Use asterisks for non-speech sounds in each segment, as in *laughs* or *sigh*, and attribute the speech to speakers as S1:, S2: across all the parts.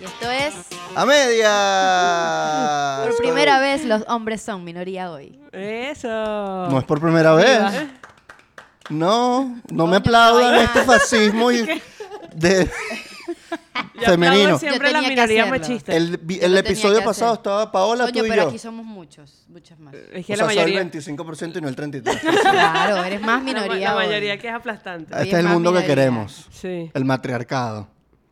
S1: Y esto es,
S2: ¡A media!
S1: por primera vez, los hombres son minoría hoy.
S3: Eso.
S2: No es por primera vez. No, no me
S1: Coño,
S2: aplaudan
S1: vaya.
S2: este
S1: *laughs*
S2: fascismo y- de...
S3: Yo
S2: femenino.
S3: aplaudo siempre
S1: Yo
S3: la
S1: tenía que
S3: minoría
S1: hacerlo.
S3: machista.
S2: El, vi- el
S1: lo tenía
S2: episodio
S1: que
S2: pasado
S1: hacer.
S2: estaba Paola,
S1: Coño,
S2: tú y
S1: pero
S2: yo.
S1: aquí somos muchos, muchas más.
S3: Es que
S2: O
S3: la
S2: sea, soy
S3: mayoría.
S2: el 25% y no el 33%.
S1: *laughs* Claro, eres más
S3: la ma-
S1: minoría
S3: La
S1: hoy.
S3: mayoría que es aplastante.
S2: este es el
S1: más
S2: mundo que
S1: minoría.
S2: queremos.
S3: Sí.
S2: El matriarcado.
S1: Y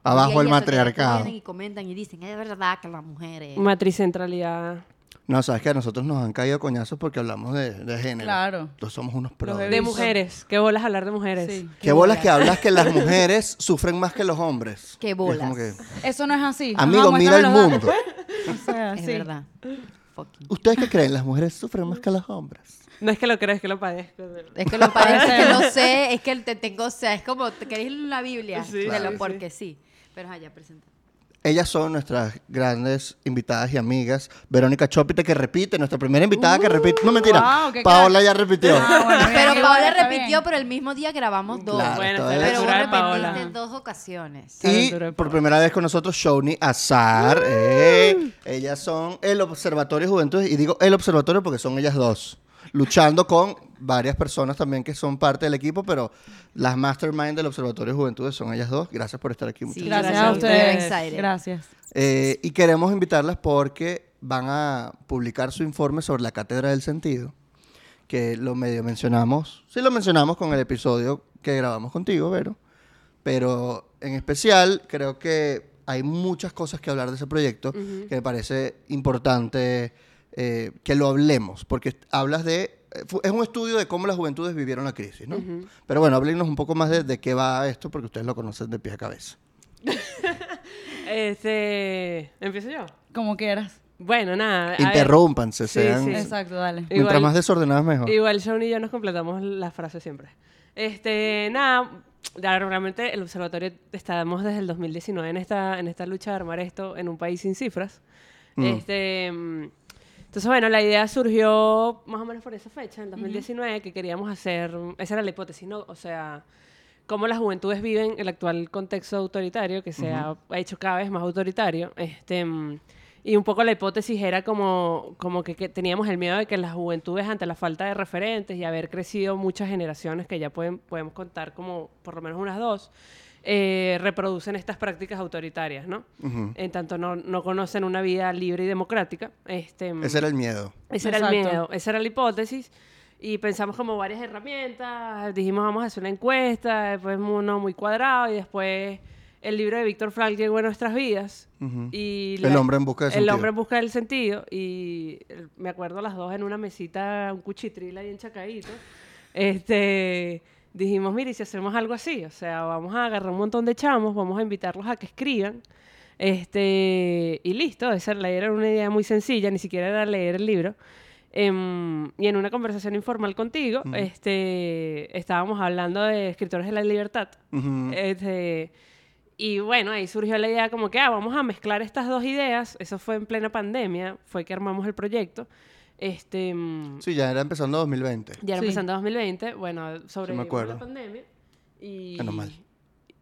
S1: ahí
S2: Abajo el
S1: eso que
S2: matriarcado.
S1: vienen Y comentan y dicen, es verdad que las mujeres...
S3: Matricentralidad.
S2: No, sabes que a nosotros nos han caído coñazos porque hablamos de, de género.
S4: Claro.
S2: Entonces somos unos pros.
S4: Los
S3: De
S4: Eso.
S3: mujeres. Qué bolas hablar de mujeres.
S4: Sí.
S2: Qué bolas que hablas que las mujeres sufren más que los hombres.
S1: Qué
S2: Y es
S1: bolas.
S2: como que,
S4: Eso no es así. Ajá,
S2: Amigo, mira el
S4: muéstrame los
S2: mundo.
S4: datos. O sea,
S1: Es
S4: sí.
S1: verdad. Fucking.
S2: ¿Ustedes qué creen? ¿Las mujeres sufren más que los hombres?
S3: No es que lo creo, es que lo padezco.
S1: Es que lo parece que no sé, es que te tengo, o sea, es como, te querés la Biblia,
S3: Sí,
S1: de
S3: claro.
S1: lo-
S3: sí,
S1: porque sí. Pero allá presenta.
S2: Ellas son nuestras grandes invitadas y amigas. Verónica Chopite, que repite, nuestra primera invitada que repite. No, mentira.
S4: guau, Uh, qué
S2: Paola ya repitió.
S4: Ah, bueno, bien,
S1: Pero
S4: igual,
S1: Paola
S4: está
S1: repitió,
S4: bien.
S1: pero el mismo día grabamos dos.
S2: Claro,
S3: bueno,
S2: todavía
S3: está
S2: es
S1: pero vos
S3: la altura de
S1: repetiste
S3: Paola.
S1: en dos ocasiones.
S2: Y
S3: Claro,
S2: por primera vez con nosotros, Shawnee
S4: Uh.
S2: Azar. eh. Ellas son el Observatorio Juventud. Y digo el Observatorio porque son ellas dos. Luchando con varias personas también que son parte del equipo, pero las mastermind del Observatorio Juventud son ellas dos. Gracias por estar aquí. muchachos.
S4: Gracias
S3: Gracias
S4: a
S3: a
S4: ustedes.
S1: ustedes.
S4: Gracias.
S2: Eh, y queremos invitarlas porque van a publicar su informe sobre la Cátedra del Sentido, que lo medio mencionamos, sí lo mencionamos con el episodio que grabamos contigo, Vero, pero en especial creo que hay muchas cosas que hablar de ese proyecto que me parece importante eh, que lo hablemos, porque hablas de... eh, fu- Es un estudio de cómo las juventudes vivieron la crisis, ¿no? Pero bueno, háblenos un poco más de, de qué va esto, porque ustedes lo conocen de pie a cabeza.
S3: Este. ¿Empiezo yo?
S4: Como quieras.
S3: Bueno, nada. a ver.
S2: Interrúmpanse,
S3: Sí,
S2: sean...
S3: sí.
S4: Exacto, dale.
S2: Mientras
S3: Igual-
S2: más desordenadas, mejor.
S3: Igual Sean y yo nos completamos la frase siempre. Este, nada, ya realmente el observatorio estamos desde el 2019 en esta, en esta lucha de armar esto en un país sin cifras. Este, mm, entonces, bueno, la idea surgió más o menos por esa fecha, en el 2019, que queríamos hacer, esa era la hipótesis, ¿no? O sea, cómo las juventudes viven el actual contexto autoritario, que se ha- ha hecho cada vez más autoritario. Este, mm, y un poco la hipótesis era como, como que, que teníamos el miedo de que las juventudes, ante la falta de referentes y haber crecido muchas generaciones, que ya pueden, podemos contar como por lo menos unas dos, eh, reproducen estas prácticas autoritarias, ¿no?
S2: Ujú.
S3: En tanto no, no conocen una vida libre y democrática. Este, mm,
S2: Ese era el miedo.
S3: ese era el
S4: Exacto.
S3: miedo, esa era la hipótesis. Y pensamos como varias herramientas, dijimos vamos a hacer una encuesta, después uno muy cuadrado y después el libro de Víctor Frank llegó a nuestras vidas.
S2: Ujú.
S3: y
S2: El hombre en busca de
S3: el
S2: sentido.
S3: hombre en busca del sentido. Y el- me acuerdo las dos en una mesita, un cuchitril ahí en Chacaíto. Este, dijimos, mire, si hacemos algo así, o sea, vamos a agarrar un montón de chamos, vamos a invitarlos a que escriban. Este, y listo, esa la- era una idea muy sencilla, ni siquiera era leer el libro. Em, y en una conversación informal contigo, este, estábamos hablando de escritores de la libertad.
S2: Ujú.
S4: Eh,
S3: Este, y bueno, ahí surgió la idea como que, ah, vamos a mezclar estas dos ideas. Eso fue en plena pandemia, fue que armamos el proyecto. Este, mm,
S2: Sí, ya era empezando 2020.
S3: ya era
S4: Sí.
S3: empezando 2020, bueno, sobre
S2: acuerdo.
S3: la pandemia. Y,
S2: Menos mal.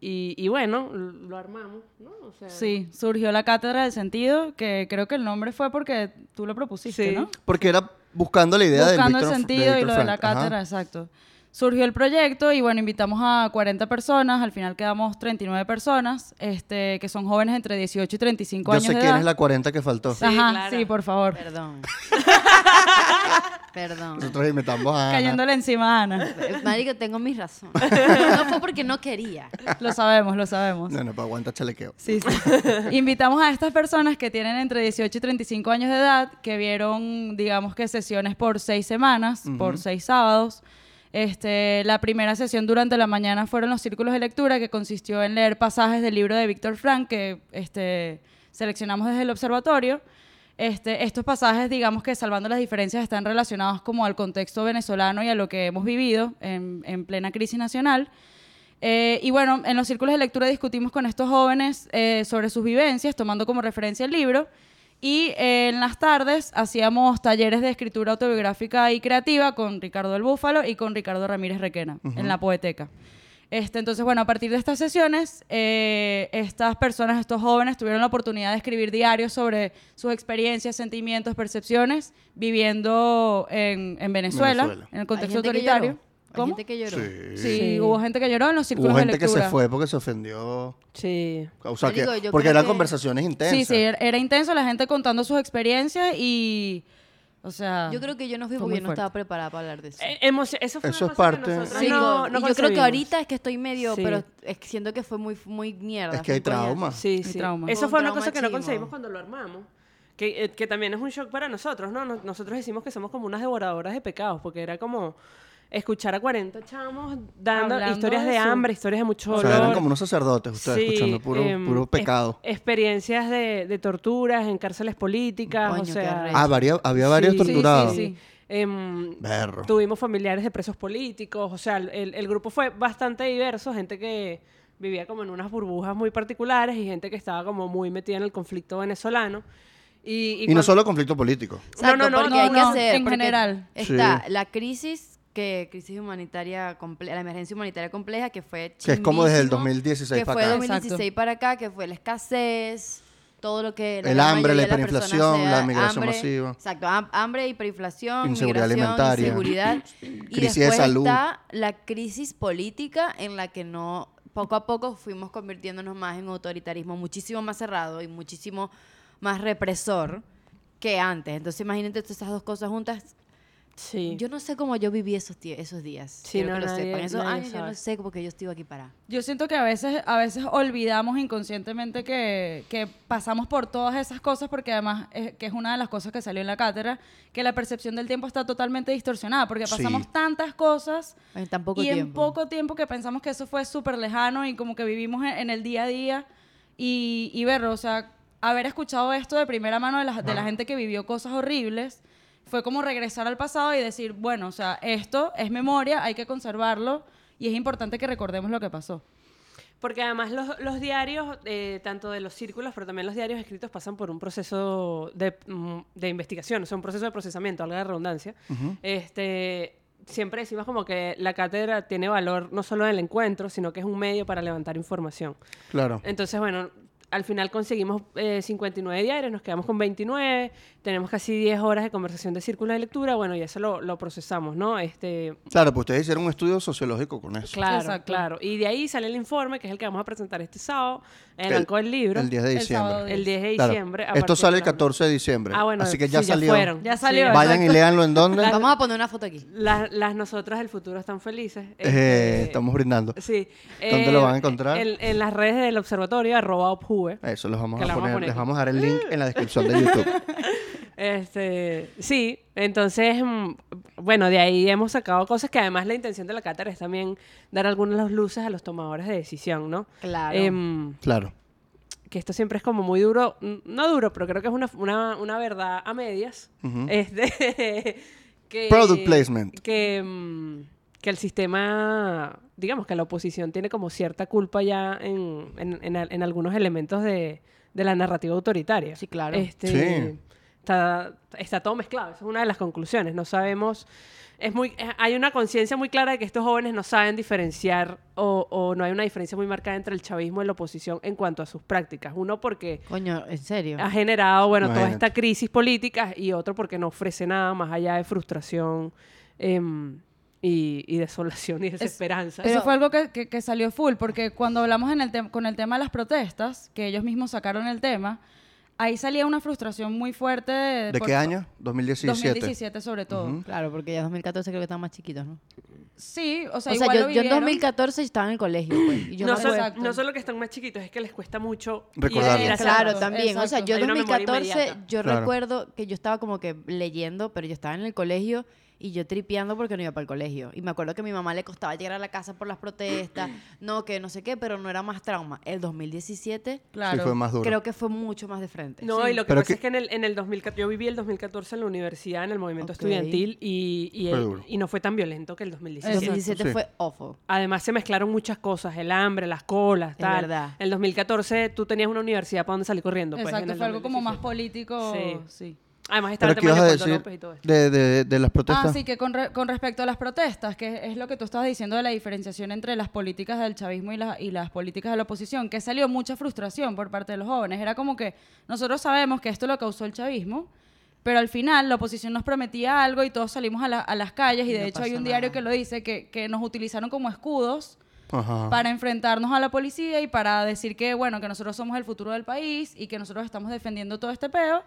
S3: Y, y bueno, lo armamos, ¿no? O sea,
S4: Sí, surgió la Cátedra del Sentido, que creo que el nombre fue porque tú lo propusiste,
S3: Sí.
S4: ¿no?
S2: Porque era buscando la idea
S4: Buscando
S2: de
S4: el
S2: Víctor F-
S4: sentido y
S2: Víctor
S4: lo de la
S2: Frank. Ajá.
S4: cátedra, exacto. Surgió el proyecto y bueno, invitamos a 40 personas, al final quedamos 39 personas, este, que son jóvenes entre 18 y 35
S2: Yo
S4: años
S2: sé
S4: de
S2: quién
S4: edad.
S2: es la 40 que faltó.
S3: Sí,
S4: Ajá,
S3: claro.
S4: sí, por favor.
S1: Perdón. Perdón.
S2: Nosotros inventamos a Ana.
S4: Cayéndole encima a Ana.
S1: Marico, tengo mis
S3: *laughs*
S1: razones. No fue porque no quería.
S4: Lo sabemos, lo sabemos.
S2: No, no, para aguantar chalequeo.
S4: Sí, sí. *laughs* Invitamos a estas personas que tienen entre 18 y 35 años de edad, que vieron, digamos que sesiones por seis semanas, por seis sábados. Este, la primera sesión durante la mañana fueron los círculos de lectura, que consistió en leer pasajes del libro de Víctor Frank, que este, seleccionamos desde el observatorio. Este, estos pasajes, digamos que salvando las diferencias, están relacionados como al contexto venezolano y a lo que hemos vivido en, en plena crisis nacional. Eh, y bueno, en los círculos de lectura discutimos con estos jóvenes eh, sobre sus vivencias, tomando como referencia el libro. Y eh, en las tardes hacíamos talleres de escritura autobiográfica y creativa con Ricardo el Búfalo y con Ricardo Ramírez Requena en la Poeteca. Este, entonces, bueno, a partir de estas sesiones, eh, estas personas, estos jóvenes, tuvieron la oportunidad de escribir diarios sobre sus experiencias, sentimientos, percepciones, viviendo en, en Venezuela,
S2: Venezuela.
S4: en el
S1: Hay
S4: contexto
S1: gente que
S4: autoritario.
S1: lloró. Hay
S4: ¿Cómo?
S1: gente que lloró.
S2: Sí.
S4: Sí,
S3: Sí.
S4: hubo gente que lloró en los círculos
S2: Hubo gente
S4: de
S2: que se
S4: lectura.
S2: fue porque se ofendió.
S3: Sí.
S2: O sea,
S1: Yo
S2: que-
S1: digo, yo
S2: porque
S1: creo
S2: eran
S1: que-
S2: conversaciones intensas.
S4: Sí, sí, era, era intenso la gente contando sus experiencias y, o sea...
S1: Yo creo que yo no fui
S4: Fue
S1: porque
S4: muy
S1: yo no estaba
S4: fuerte.
S1: preparada para hablar de eso.
S3: Eh, emocio- eso fue
S2: Eso
S3: una
S2: es
S3: cosa que
S2: parte-
S3: nosotros
S1: Sí,
S3: no-
S1: digo, y
S3: no
S1: yo creo que
S3: concebimos.
S1: ahorita es que estoy medio,
S3: Sí.
S1: pero es que siento que fue muy, muy mierda.
S2: Es que
S1: fue
S2: hay
S1: un coñazo.
S2: trauma.
S3: Sí,
S4: Y
S3: sí.
S4: trauma.
S3: Eso
S1: Un
S3: fue una
S1: trauma
S3: cosa que no
S1: chimo.
S3: conseguimos cuando lo armamos. Que, eh, que también es un shock para nosotros, ¿no? Nos- Nosotros decimos que somos como unas devoradoras de pecados, porque era como escuchar a 40 chamos dando
S4: Hablando
S3: historias de,
S4: de su-
S3: hambre, historias de mucho
S2: O
S3: dolor.
S2: sea, eran como unos sacerdotes ustedes
S3: Sí,
S2: escuchando puro,
S3: em,
S4: eh,
S2: puro
S3: ex-
S2: pecado.
S3: experiencias de, de torturas en cárceles políticas,
S1: Coño,
S3: o
S1: qué
S3: sea...
S1: arrecho.
S2: Ah, varia- había varios
S3: Sí,
S2: torturados.
S3: sí, sí. Em,
S2: Berro.
S3: Tuvimos familiares de presos políticos, o sea, el, el grupo fue bastante diverso, gente que vivía como en unas burbujas muy particulares y gente que estaba como muy metida en el conflicto venezolano. Y, y
S2: Y no
S3: cuan-
S2: solo conflicto político.
S1: Exacto,
S3: No, no, no,
S1: porque
S3: no,
S1: hay que
S3: no,
S1: hacer.
S4: en
S1: porque
S4: general.
S1: Está
S2: Sí.
S1: la crisis, que crisis humanitaria compleja, la emergencia humanitaria compleja, que fue
S2: Que es como desde el
S1: chimbísimo,
S2: 2016
S1: Que
S2: para
S1: fue
S2: acá.
S1: 2016 para acá, que fue la escasez, todo lo que...
S2: El
S1: gran
S2: hambre, la
S1: mayoría de las personas
S2: hiperinflación,
S1: se
S2: la
S1: da,
S2: migración
S1: hambre,
S2: masiva.
S1: Exacto, ham- hambre, hiperinflación,
S2: Inseguridad
S1: migración,
S2: alimentaria. *clears throat*
S1: inseguridad. y
S2: Crisis de
S1: después
S2: salud.
S1: está la crisis política en la que no... Poco a poco fuimos convirtiéndonos más en un autoritarismo muchísimo más cerrado y muchísimo más represor que antes. Entonces imagínate todas estas dos cosas juntas.
S3: Sí.
S1: Yo no sé cómo yo viví esos, tie- esos días.
S3: Sí,
S1: quiero
S3: no,
S1: que lo
S3: nadie-
S1: sepan. Esos
S3: nadie
S1: años yo
S3: sabe.
S1: no sé porque yo estuve aquí para.
S4: Yo siento que a veces, a veces olvidamos inconscientemente que, que pasamos por todas esas cosas porque además es, que es una de las cosas que salió en la cátedra, que la percepción del tiempo está totalmente distorsionada porque
S2: Sí.
S4: pasamos tantas cosas
S1: En tan poco
S4: y
S1: tiempo.
S4: en poco tiempo que pensamos que eso fue súper lejano y como que vivimos en, en el día a día y, y verlo, o sea, haber escuchado esto de primera mano de la, de la gente que vivió cosas horribles fue como regresar al pasado y decir, bueno, o sea, esto es memoria, hay que conservarlo y es importante que recordemos lo que pasó.
S3: Porque además los, los diarios, eh, tanto de los círculos, pero también los diarios escritos pasan por un proceso de, mm, de investigación, o sea, un proceso de procesamiento, algo de redundancia. este, siempre decimos como que la cátedra tiene valor no solo en el encuentro, sino que es un medio para levantar información.
S2: Claro.
S3: Entonces, bueno, al final conseguimos eh, 59 diarios, nos quedamos con 29, tenemos casi 10 horas de conversación de círculo de lectura, bueno, y eso lo, lo procesamos, ¿no? Este,
S2: Claro, pues ustedes hicieron un estudio sociológico con eso.
S3: claro,
S4: Exacto.
S3: claro. Y de ahí sale el informe, que es el que vamos a presentar este sábado en el
S2: El-
S3: Banco del Libro.
S2: El 10 de
S4: El
S2: diciembre.
S4: sábado
S3: El 10 de
S2: Claro.
S3: diciembre. a
S2: Esto
S3: partir
S2: sale
S3: de
S2: el
S3: las-
S2: 14 de diciembre.
S3: Ah, bueno,
S2: Así que
S3: sí,
S2: ya salió.
S3: fueron.
S4: Ya salió.
S3: Sí.
S2: Vayan y léanlo en dónde.
S3: La-
S1: Vamos a poner una foto aquí.
S3: Las, las nosotras del futuro están felices.
S2: Eh,
S3: Este,
S2: estamos brindando.
S3: Sí. eh,
S2: ¿Dónde lo van a encontrar? Eh.
S3: En, en las redes del observatorio, arroba objuve.
S2: Eso los vamos
S3: Que
S2: a
S3: la
S2: poner.
S3: vamos a poner.
S2: Les vamos a dar el link en la descripción de YouTube.
S3: *laughs* Este, sí, entonces, mm, bueno, de ahí hemos sacado cosas que además la intención de la cátedra es también dar algunas luces a los tomadores de decisión, ¿no?
S1: Claro.
S3: Em,
S2: Claro.
S3: que esto siempre es como muy duro, n- no duro, pero creo que es una, una, una verdad a medias.
S2: Ujú.
S3: Este, *laughs* que,
S2: Product placement.
S3: Que, mm, que el sistema, digamos que la oposición tiene como cierta culpa ya en, en, en al- en algunos elementos de, de la narrativa autoritaria.
S1: Sí, claro.
S3: Este,
S2: Sí.
S3: Está, está todo mezclado, esa es una de las conclusiones. No sabemos, es muy, eh, hay una conciencia muy clara de que estos jóvenes no saben diferenciar o, o no hay una diferencia muy marcada entre el chavismo y la oposición en cuanto a sus prácticas. Uno porque
S1: Coño, en serio.
S3: ha generado, bueno, toda
S2: Imagínate.
S3: esta crisis política y otro porque no ofrece nada más allá de frustración em, y, y desolación y desesperanza.
S1: eh,
S4: Eso fue algo que, que- que salió full, porque cuando hablamos en el tem- con el tema de las protestas, que ellos mismos sacaron el tema, ahí salía una frustración muy fuerte.
S3: Eh,
S4: ¿De,
S2: ¿De
S4: por-
S2: qué año? 2017.
S4: 2017 sobre todo.
S1: Claro, porque ya 2014 creo que están más chiquitos, ¿no?
S4: Sí, o sea,
S1: O sea,
S4: igual
S1: yo,
S4: lo
S1: yo en
S4: vivieron.
S1: 2014 estaba en el colegio, pues, y yo
S3: no,
S1: me
S3: solo,
S1: acuerdo-
S4: Exacto.
S3: no solo que están más chiquitos, es que les cuesta mucho ir-
S2: Recordarlo.
S3: ir hacia
S1: Claro,
S3: atrás.
S1: también. O sea,
S4: Exacto.
S1: yo
S3: Hay
S1: en
S3: una memoria
S1: 2014,
S3: inmediata.
S1: yo
S2: Claro.
S1: recuerdo que yo estaba como que leyendo, pero yo estaba en el colegio y yo tripeando porque no iba para el colegio. Y me acuerdo que a mi mamá le costaba llegar a la casa por las
S3: *clears throat*
S1: protestas, no, que no sé qué, pero no era más trauma. El 2017
S4: Claro.
S2: Sí, fue más duro.
S1: creo que fue mucho más de frente.
S3: No, y lo que
S2: Pero
S3: pasa
S2: que-
S3: es que en el, en el 2014, yo viví el 2014 en la universidad, en el movimiento
S1: Ok.
S3: estudiantil, y, y,
S2: Fue
S3: el-
S2: duro.
S3: y no fue tan violento que el
S1: El
S3: 2017.
S1: 2017
S2: Sí.
S1: fue awful.
S3: Además se mezclaron muchas cosas, el hambre, las colas, tal.
S1: verdad.
S3: En el 2014 tú tenías una universidad para donde salir corriendo. pues, en
S4: Exacto,
S3: el
S4: fue algo como más
S3: 2017.
S4: político.
S3: Sí.
S4: Sí.
S3: Además está
S2: ¿Pero
S3: el
S2: qué
S3: tema
S2: ibas
S3: de
S2: a
S3: Puerto
S2: decir
S3: López y todo esto.
S2: de, de- de las protestas?
S4: Ah, sí, que con, re- con respecto a las protestas, que es lo que tú estabas diciendo de la diferenciación entre las políticas del chavismo y, las y las políticas de la oposición, que salió mucha frustración por parte de los jóvenes. Era como que nosotros sabemos que esto lo causó el chavismo, pero al final la oposición nos prometía algo y todos salimos a, la- a las calles y de
S3: No
S4: hecho hay
S3: pasa
S4: un diario
S3: nada.
S4: que lo dice, que, que nos utilizaron como escudos
S2: Ajá.
S4: para enfrentarnos a la policía y para decir que, bueno, que nosotros somos el futuro del país y que nosotros estamos defendiendo todo este peo.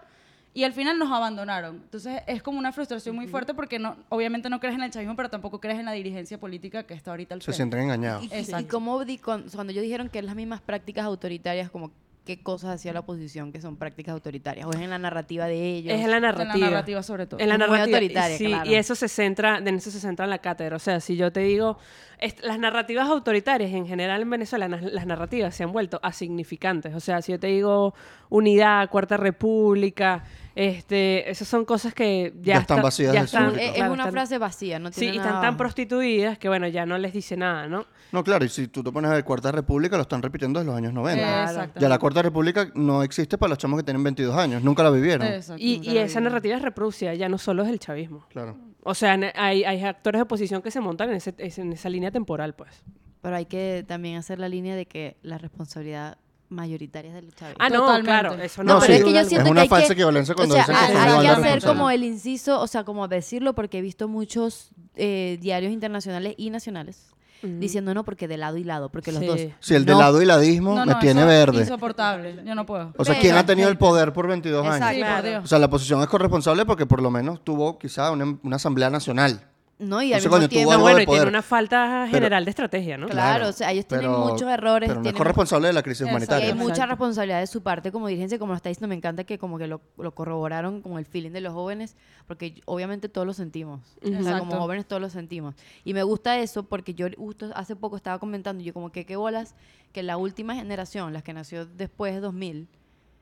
S4: Y al final nos abandonaron. Entonces es como una frustración muy fuerte porque no, obviamente no crees en el chavismo, pero tampoco crees en la dirigencia política que está ahorita al
S2: Se
S4: frente.
S2: sienten engañados.
S1: Y, y- y
S4: Exacto.
S1: cómo di- con- cuando ellos dijeron que es las mismas prácticas autoritarias, como qué cosas hacía la oposición que son prácticas autoritarias, o es en la narrativa de ellos.
S3: Es en la
S4: En
S3: narrativa.
S4: la narrativa sobre todo.
S3: En la
S1: Muy
S3: narrativa.
S1: autoritaria,
S3: y, sí,
S1: claro.
S3: y eso se centra, en eso se centra en la cátedra. O sea, si yo te digo, est- las narrativas autoritarias en general en Venezuela, nas- las narrativas se han vuelto asignificantes. O sea, si yo te digo unidad, cuarta república, este, esas son cosas que ya,
S2: Ya están
S3: está-
S2: vacías
S3: ya
S1: Tan-
S2: de
S3: están- eh,
S2: significado.
S1: es, es
S3: claro,
S1: una
S3: están-
S1: frase vacía, no
S3: Sí,
S1: tiene
S3: y
S1: nada
S3: están tan
S1: abajo.
S3: prostituidas que bueno, ya no les dice nada, ¿no?
S2: No, claro, y si tú te pones a ver Cuarta República, lo están repitiendo desde los años 90.
S3: Claro.
S4: Exacto.
S2: Ya la Cuarta República no existe para los chamos que tienen 22 años, nunca la vivieron.
S4: Exacto,
S3: Y,
S4: nunca
S3: y
S4: la
S3: esa
S4: vi.
S3: narrativa es reproducida, ya no solo es el chavismo.
S2: Claro.
S3: O sea, ne- hay, hay actores de oposición que se montan en, ese- en esa línea temporal, pues.
S1: Pero hay que también hacer la línea de que la responsabilidad mayoritaria es del Chávez.
S3: Ah, no,
S4: Totalmente.
S3: claro, eso
S2: No,
S3: no.
S1: pero
S2: sí,
S1: es que yo
S2: es
S1: siento
S2: una
S1: que hay
S2: falsa
S1: que-
S2: equivalencia cuando
S1: o sea,
S2: dicen
S1: hay-
S2: que se
S1: hay,
S2: llevan
S1: que
S2: la
S1: hacer como
S2: responsabilidad.
S1: el inciso, o sea, como decirlo, porque he visto muchos eh, diarios internacionales y nacionales
S3: Ujú.
S1: diciendo no, porque de lado y lado, porque los
S3: Sí.
S1: dos.
S2: Si el de
S1: No.
S2: lado y ladismo
S4: No,
S2: me
S4: no,
S2: tiene
S4: eso es
S2: verde.
S4: Insoportable. Yo no puedo.
S2: O sea, ¿quién
S1: Pero-
S2: ha tenido el poder por 22
S1: Exacto.
S2: años?
S4: Sí, por
S1: claro.
S4: Dios.
S2: O sea, la oposición es corresponsable porque por lo menos tuvo quizá una, una asamblea nacional.
S1: No, y al
S2: Ese
S1: mismo
S2: coño tuvo
S1: tiempo.
S2: algo
S3: No, bueno,
S2: de
S3: y tiene
S2: poder.
S3: una falta
S2: Pero-
S3: general de estrategia, ¿no?
S1: Claro, o sea, ellos tienen muchos errores,
S2: Pero no es
S1: tienen-
S2: corresponsable de la crisis
S4: Exacto.
S1: Y hay
S2: humanitaria.
S4: mu-
S1: mucha
S4: Exacto.
S1: responsabilidad de su parte como dirigencia, como lo está diciendo, me encanta que como que lo, lo corroboraron con el feeling de los jóvenes, porque yo- obviamente todos lo sentimos, o sea,
S4: Exacto.
S1: como jóvenes todos lo sentimos. Y me gusta eso porque yo justo hace poco estaba comentando, yo como que qué bolas, que la última generación, las que nació después de 2000,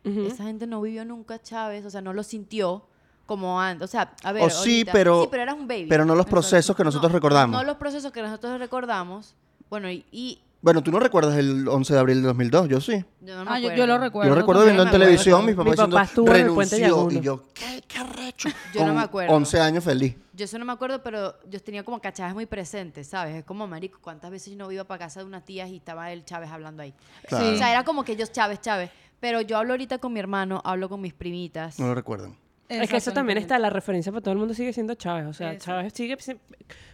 S3: Ujú.
S1: esa gente no vivió nunca Chávez, o sea, no lo sintió como antes, o sea, a ver,
S2: O sí,
S1: ahorita-
S2: pero-
S1: sí, pero eras un baby.
S2: Pero no los procesos que nosotros
S1: No,
S2: recordamos.
S1: No los procesos que nosotros recordamos, bueno, y... y-
S2: Bueno, tú no recuerdas el 11 de abril de 2002, yo sí.
S1: yo no me
S4: Ah, yo, yo
S1: acuerdo.
S4: lo recuerdo.
S2: yo recuerdo
S4: también.
S2: viendo en
S3: me acuerdo.
S2: televisión mis
S3: Mi
S2: papás
S3: papá
S2: diciendo
S3: estuvo en el Puente de
S2: renunció y
S3: Yaguno".
S2: yo, ¿qué, qué arrecho?
S1: Yo no
S2: Con
S1: me acuerdo.
S2: 11 años feliz.
S1: Yo eso no me acuerdo, pero yo tenía como que a Chávez muy presente, ¿sabes? Es como, marico, ¿cuántas veces yo no iba para casa de unas tías y estaba el Chávez hablando ahí?
S2: Claro.
S1: O sea, era como que yo, Chávez, Chávez. Pero yo hablo ahorita con mi hermano, hablo con mis primitas.
S2: No lo recuerdan.
S3: Es que eso también
S4: Exactamente.
S3: está, la referencia para todo el mundo sigue siendo Chávez. O sea,
S4: Exacto.
S3: Chávez sigue se-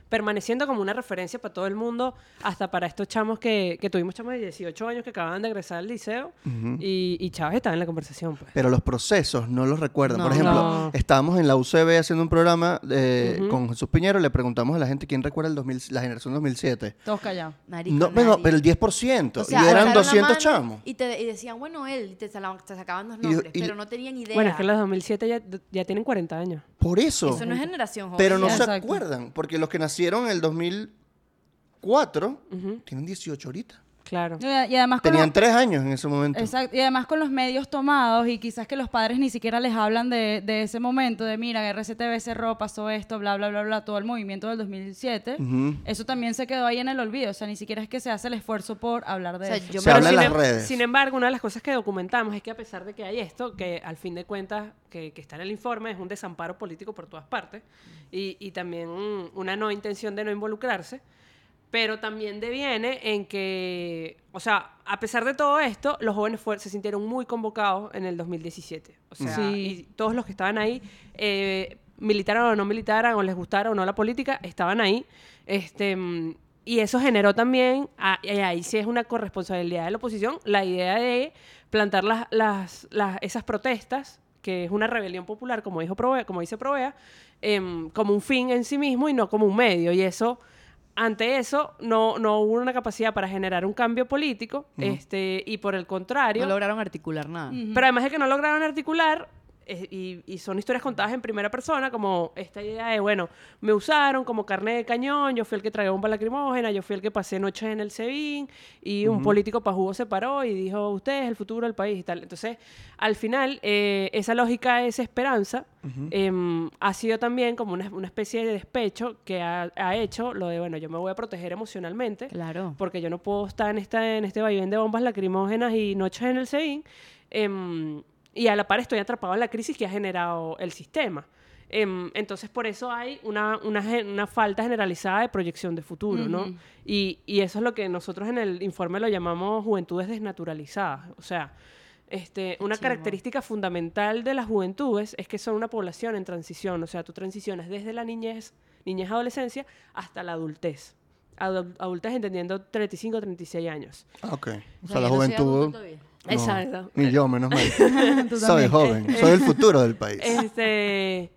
S3: permaneciendo como una referencia para todo el mundo, hasta para estos chamos que, que tuvimos chamos de 18 años que acababan de egresar al liceo. y, y Chávez estaba en la conversación, pues.
S2: Pero los procesos no los recuerdan.
S1: No.
S2: Por ejemplo,
S3: No.
S2: estábamos en la UCB haciendo un programa eh, con Jesús Piñero, le preguntamos a la gente quién recuerda el 2000, la generación 2007.
S4: Todos callados.
S1: Marico,
S2: No, pero,
S1: nadie.
S2: pero el 10%.
S1: O sea,
S2: y eran
S1: alzaron la
S2: 200
S1: mano
S2: chamos.
S1: Y, te, y decían, bueno, él, y te, salaban- te sacaban los
S2: Y-
S1: nombres,
S2: y-
S1: pero no tenían idea.
S3: Bueno, es que en los 2007 ya, ya tienen 40 años.
S2: Por eso.
S1: Eso no es generación joven.
S2: pero no
S1: Ya.
S2: se
S4: Exacto.
S2: acuerdan, porque los que nacieron en el 2004 tienen 18 ahorita.
S3: Claro.
S4: Y y además con
S2: Tenían
S4: los-
S2: 3 años en ese momento.
S4: Exacto. Y además con los medios tomados y quizás que los padres ni siquiera les hablan de, de ese momento, de mira, RCTV cerró, pasó esto, bla, bla, bla, bla, todo el movimiento del 2007.
S2: Ujú.
S4: Eso también se quedó ahí en el olvido. O sea, ni siquiera es que se hace el esfuerzo por hablar de
S1: O sea,
S4: eso.
S1: yo
S2: Se
S1: me
S2: habla en
S1: refiero-
S2: las
S3: em-
S2: redes.
S3: sin embargo, una de las cosas que documentamos es que a pesar de que hay esto, que al fin de cuentas que, que está en el informe, es un desamparo político por todas partes y, y también mm, una no intención de no involucrarse, pero también deviene en que, o sea, a pesar de todo esto, los jóvenes fue- se sintieron muy convocados en el 2017. O sea,
S4: Sí.
S3: y todos los que estaban ahí, eh, militaran o no militaran, o les gustara o no la política, estaban ahí. Este, mm, y eso generó también, a- y ahí sí es una corresponsabilidad de la oposición, la idea de plantar las, las, las- esas protestas que es una rebelión popular, como, dijo Provea- como dice Provea, em, como un fin en sí mismo y no como un medio. Y eso ante eso no, no hubo una capacidad para generar un cambio político este y por el contrario
S1: No lograron articular nada.
S4: Mm.
S3: pero además de que no lograron articular eh, y, y son historias contadas en primera persona como esta idea de bueno me usaron como carne de cañón yo fui el que tragué bomba lacrimógena yo fui el que pasé noches en el Sebin y un político pajugo se paró y dijo usted es el futuro del país y tal entonces al final eh, esa lógica de desesperanza em, ha sido también como una, una especie de despecho que ha, ha hecho lo de bueno yo me voy a proteger emocionalmente
S1: Claro.
S3: porque yo no puedo estar en, esta, en este vaivén de bombas lacrimógenas y noches en el Seín. y a la par estoy atrapado en la crisis que ha generado el sistema. Em, entonces, por eso hay una, una, gen- una falta generalizada de proyección de futuro, ¿no? Y, y eso es lo que nosotros en el informe lo llamamos juventudes desnaturalizadas. O sea, este, una
S1: chimbo.
S3: característica fundamental de las juventudes es que son una población en transición. O sea, tú transicionas desde la niñez, niñez-adolescencia, hasta la adultez. Adu- Adultez entendiendo 35, 36 años.
S2: Ah, ok.
S1: O
S2: O sea,
S1: sea, yo no
S2: la
S1: soy
S2: juventud.
S1: adulto todavía.
S2: no,
S3: Exacto.
S2: Ni yo, menos mal.
S1: *laughs*
S4: Tú
S2: soy
S4: también.
S2: joven. Soy el futuro del país.
S1: Eh,
S3: Este,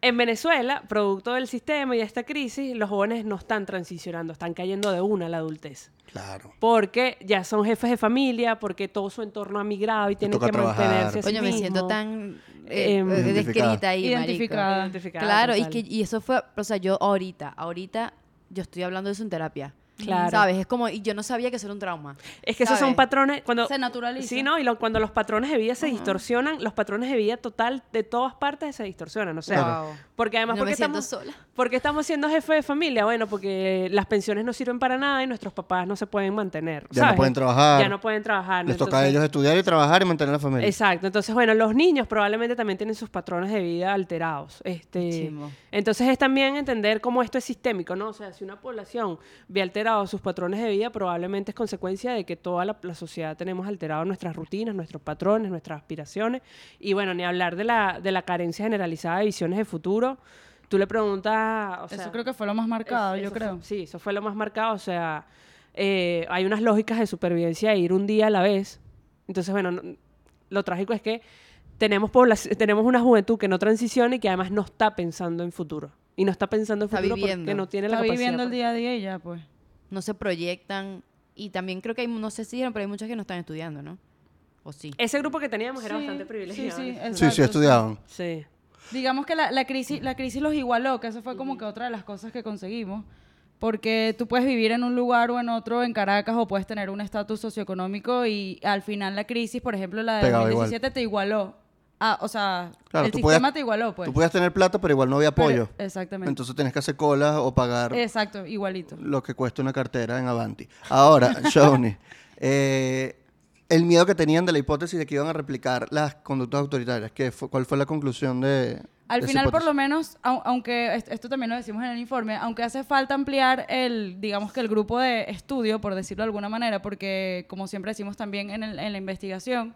S3: en Venezuela, producto del sistema y de esta crisis, los jóvenes no están transicionando, están cayendo de una a la adultez.
S2: Claro.
S3: Porque ya son jefes de familia, porque todo su entorno ha migrado y tienen
S2: toca
S3: que
S2: trabajar.
S3: mantenerse a sí
S1: Coño, me siento
S3: mismo.
S1: tan eh,
S3: Em,
S1: eh,
S2: Identificada.
S1: descrita ahí, marico.
S4: Identificada.
S3: Identificada,
S1: Claro, y,
S3: total.
S1: que, y eso fue, o sea, yo ahorita, ahorita yo estoy hablando de eso en terapia.
S3: Claro.
S1: ¿Sabes? Es como, y yo no sabía que eso era un trauma.
S3: Es que esos
S1: ¿sabes?
S3: son patrones. Cuando,
S4: Se naturaliza.
S3: Sí, ¿no? Y lo- cuando los patrones de vida se distorsionan, los patrones de vida total de todas partes se distorsionan. O sea,
S2: Claro.
S3: porque además,
S1: No
S3: porque
S1: me siento
S3: estamos,
S1: sola.
S3: porque estamos siendo jefe de familia? Bueno, porque las pensiones no sirven para nada y nuestros papás no se pueden mantener.
S2: Ya no
S3: ¿sabes?
S2: pueden trabajar.
S3: Ya no pueden
S4: Ah,
S3: trabajar. ¿no?
S2: Les toca a
S3: Entonces-
S2: ellos estudiar y trabajar y mantener la familia.
S3: Exacto. Entonces, bueno, los niños probablemente también tienen sus patrones de vida alterados. Este,
S1: Chimbo.
S3: entonces es también entender cómo esto es sistémico, ¿no? O sea, si una población ve alterados sus patrones de vida, probablemente es consecuencia de que toda la, la sociedad tenemos alteradas nuestras rutinas, nuestros patrones, nuestras aspiraciones. Y bueno, ni hablar de la, de la carencia generalizada de visiones de futuro. Tú le preguntas... o sea,
S4: Eso creo que fue lo más marcado,
S3: es-
S4: yo
S3: eso
S4: creo.
S3: fue- sí, eso fue lo más marcado. O sea, eh, hay unas lógicas de supervivencia de ir un día a la vez. Entonces, bueno, no- lo trágico es que tenemos, poblac- tenemos una juventud que no transiciona y que además no está pensando en futuro. Y no está pensando en
S1: Está
S3: futuro porque
S1: viviendo.
S3: no tiene la
S4: Está
S3: capacidad.
S4: viviendo el
S3: para-
S4: día a día y ya, pues.
S1: No se proyectan. Y también creo que hay, no sé si dijeron, pero hay muchas que no están estudiando, ¿no? O sí.
S3: Ese grupo que teníamos era
S4: Sí,
S3: bastante
S4: sí,
S3: privilegiado.
S4: sí,
S3: ¿no?
S4: es-
S2: Sí, sí,
S4: Exacto,
S2: estudiaban.
S3: Sí.
S4: Digamos que la, la crisis, la crisis los igualó, que eso fue como que otra de las cosas que conseguimos. Porque tú puedes vivir en un lugar o en otro, en Caracas, o puedes tener un estatus socioeconómico y al final la crisis, por ejemplo, la de
S2: Pegaba
S4: 2017 te igualó. Ah, o sea,
S2: Claro,
S4: el
S2: tú
S4: sistema
S2: podías-
S4: te igualó, pues.
S2: Tú podías tener plata, pero igual no había
S4: Pero-
S2: apoyo.
S4: exactamente.
S2: Entonces tenés que hacer colas o pagar
S4: Exacto, igualito.
S2: lo que cuesta una cartera en Avanti.
S4: *laughs*
S2: Ahora, Shawnee, eh, el miedo que tenían de la hipótesis de que iban a replicar las conductas autoritarias, ¿qué fue- ¿cuál fue la conclusión de
S4: Al
S2: de esa
S4: final, por lo
S2: hipótesis?
S4: menos, au- aunque est- esto también lo decimos en el informe, aunque hace falta ampliar el, digamos que el grupo de estudio, por decirlo de alguna manera, porque como siempre decimos también en, el- en la investigación,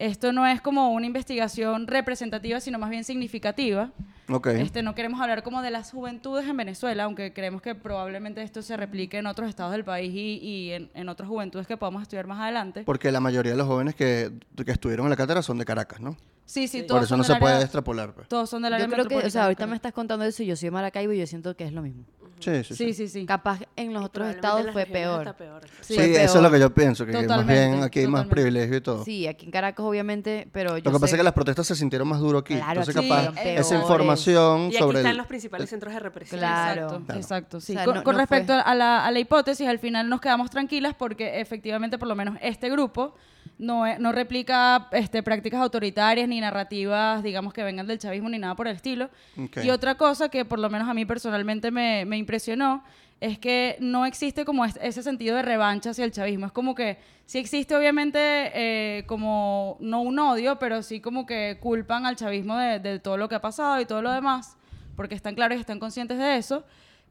S4: esto no es como una investigación representativa, sino más bien significativa.
S2: Ok.
S4: Este, no queremos hablar como de las juventudes en Venezuela, aunque creemos que probablemente esto se replique en otros estados del país y, y en, en otras juventudes que podamos estudiar más adelante.
S2: Porque la mayoría de los jóvenes que, que estuvieron en la cátedra son de Caracas, ¿no?
S4: Sí, sí,
S2: Por
S4: todos
S2: eso
S4: son
S2: no
S4: del
S2: se
S4: área-
S2: puede extrapolar. pues.
S4: Todos son del área
S1: Yo creo que, o sea,
S4: metropolitana,
S1: ahorita
S4: creo.
S1: me estás contando eso y yo soy de Maracaibo y yo siento que es lo mismo.
S2: Sí, sí, sí.
S4: Sí, sí, sí.
S1: Capaz en los otros estados fue peor.
S2: Sí,
S1: fue
S2: eso es lo
S1: peor.
S2: que yo pienso, que más
S4: Totalmente,
S2: bien aquí hay más
S4: totalmente.
S2: privilegio y todo.
S1: Sí, aquí en Caracas obviamente, pero yo
S2: Lo que pasa
S1: sé-
S2: es que las protestas se sintieron más duro aquí.
S1: Claro,
S2: Entonces,
S1: aquí
S2: capaz,
S1: fueron
S2: esa
S1: peores.
S2: información
S3: Y aquí
S2: sobre.
S3: están
S2: el-
S3: los principales centros de represión.
S1: Claro.
S4: Exacto,
S2: Claro.
S4: exacto, sí.
S1: O sea,
S4: con
S1: no-
S4: con
S1: no
S4: respecto
S1: fue-
S4: a, la, a la hipótesis, al final nos quedamos tranquilas porque efectivamente, por lo menos este grupo, no, e- no replica este, prácticas autoritarias ni narrativas, digamos, que vengan del chavismo ni nada por el estilo.
S2: Ok.
S4: Y otra cosa que por lo menos a mí personalmente me, me impresionó es que no existe como es- ese sentido de revancha hacia el chavismo. Es como que sí existe obviamente eh, como no un odio, pero sí como que culpan al chavismo de, de todo lo que ha pasado y todo lo demás, porque están claros y están conscientes de eso.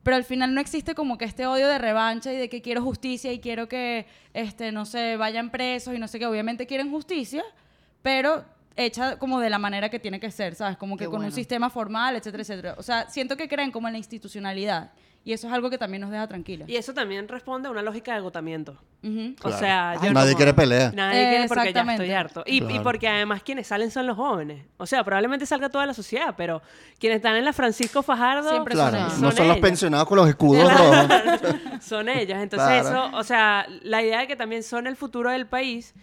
S4: Pero al final no existe como que este odio de revancha y de que quiero justicia y quiero que, este, no sé, vayan presos y no sé qué. Obviamente quieren justicia, pero hecha como de la manera que tiene que ser, ¿sabes? Como que
S1: Qué
S4: con un
S1: bueno.
S4: sistema formal, etcétera, etcétera. O sea, siento que creen como en la institucionalidad y eso es algo que también nos deja tranquilas.
S3: Y eso también responde a una lógica de agotamiento.
S4: Ujú.
S3: O
S2: Claro.
S3: sea, yo
S2: Nadie
S3: como-
S2: quiere pelear.
S3: Nadie quiere porque ya estoy
S4: Exactamente.
S3: harto. Y, y
S2: Claro.
S3: porque además quienes salen son los jóvenes. O sea, probablemente salga toda la sociedad, pero quienes están en la Francisco Fajardo
S4: Siempre
S2: Claro,
S4: personas.
S2: no
S3: Son
S2: son los
S3: ellas.
S2: pensionados con los escudos rojos.
S3: *laughs* son ellas. Entonces
S2: Claro.
S3: eso, o sea, la idea de que también son el futuro del país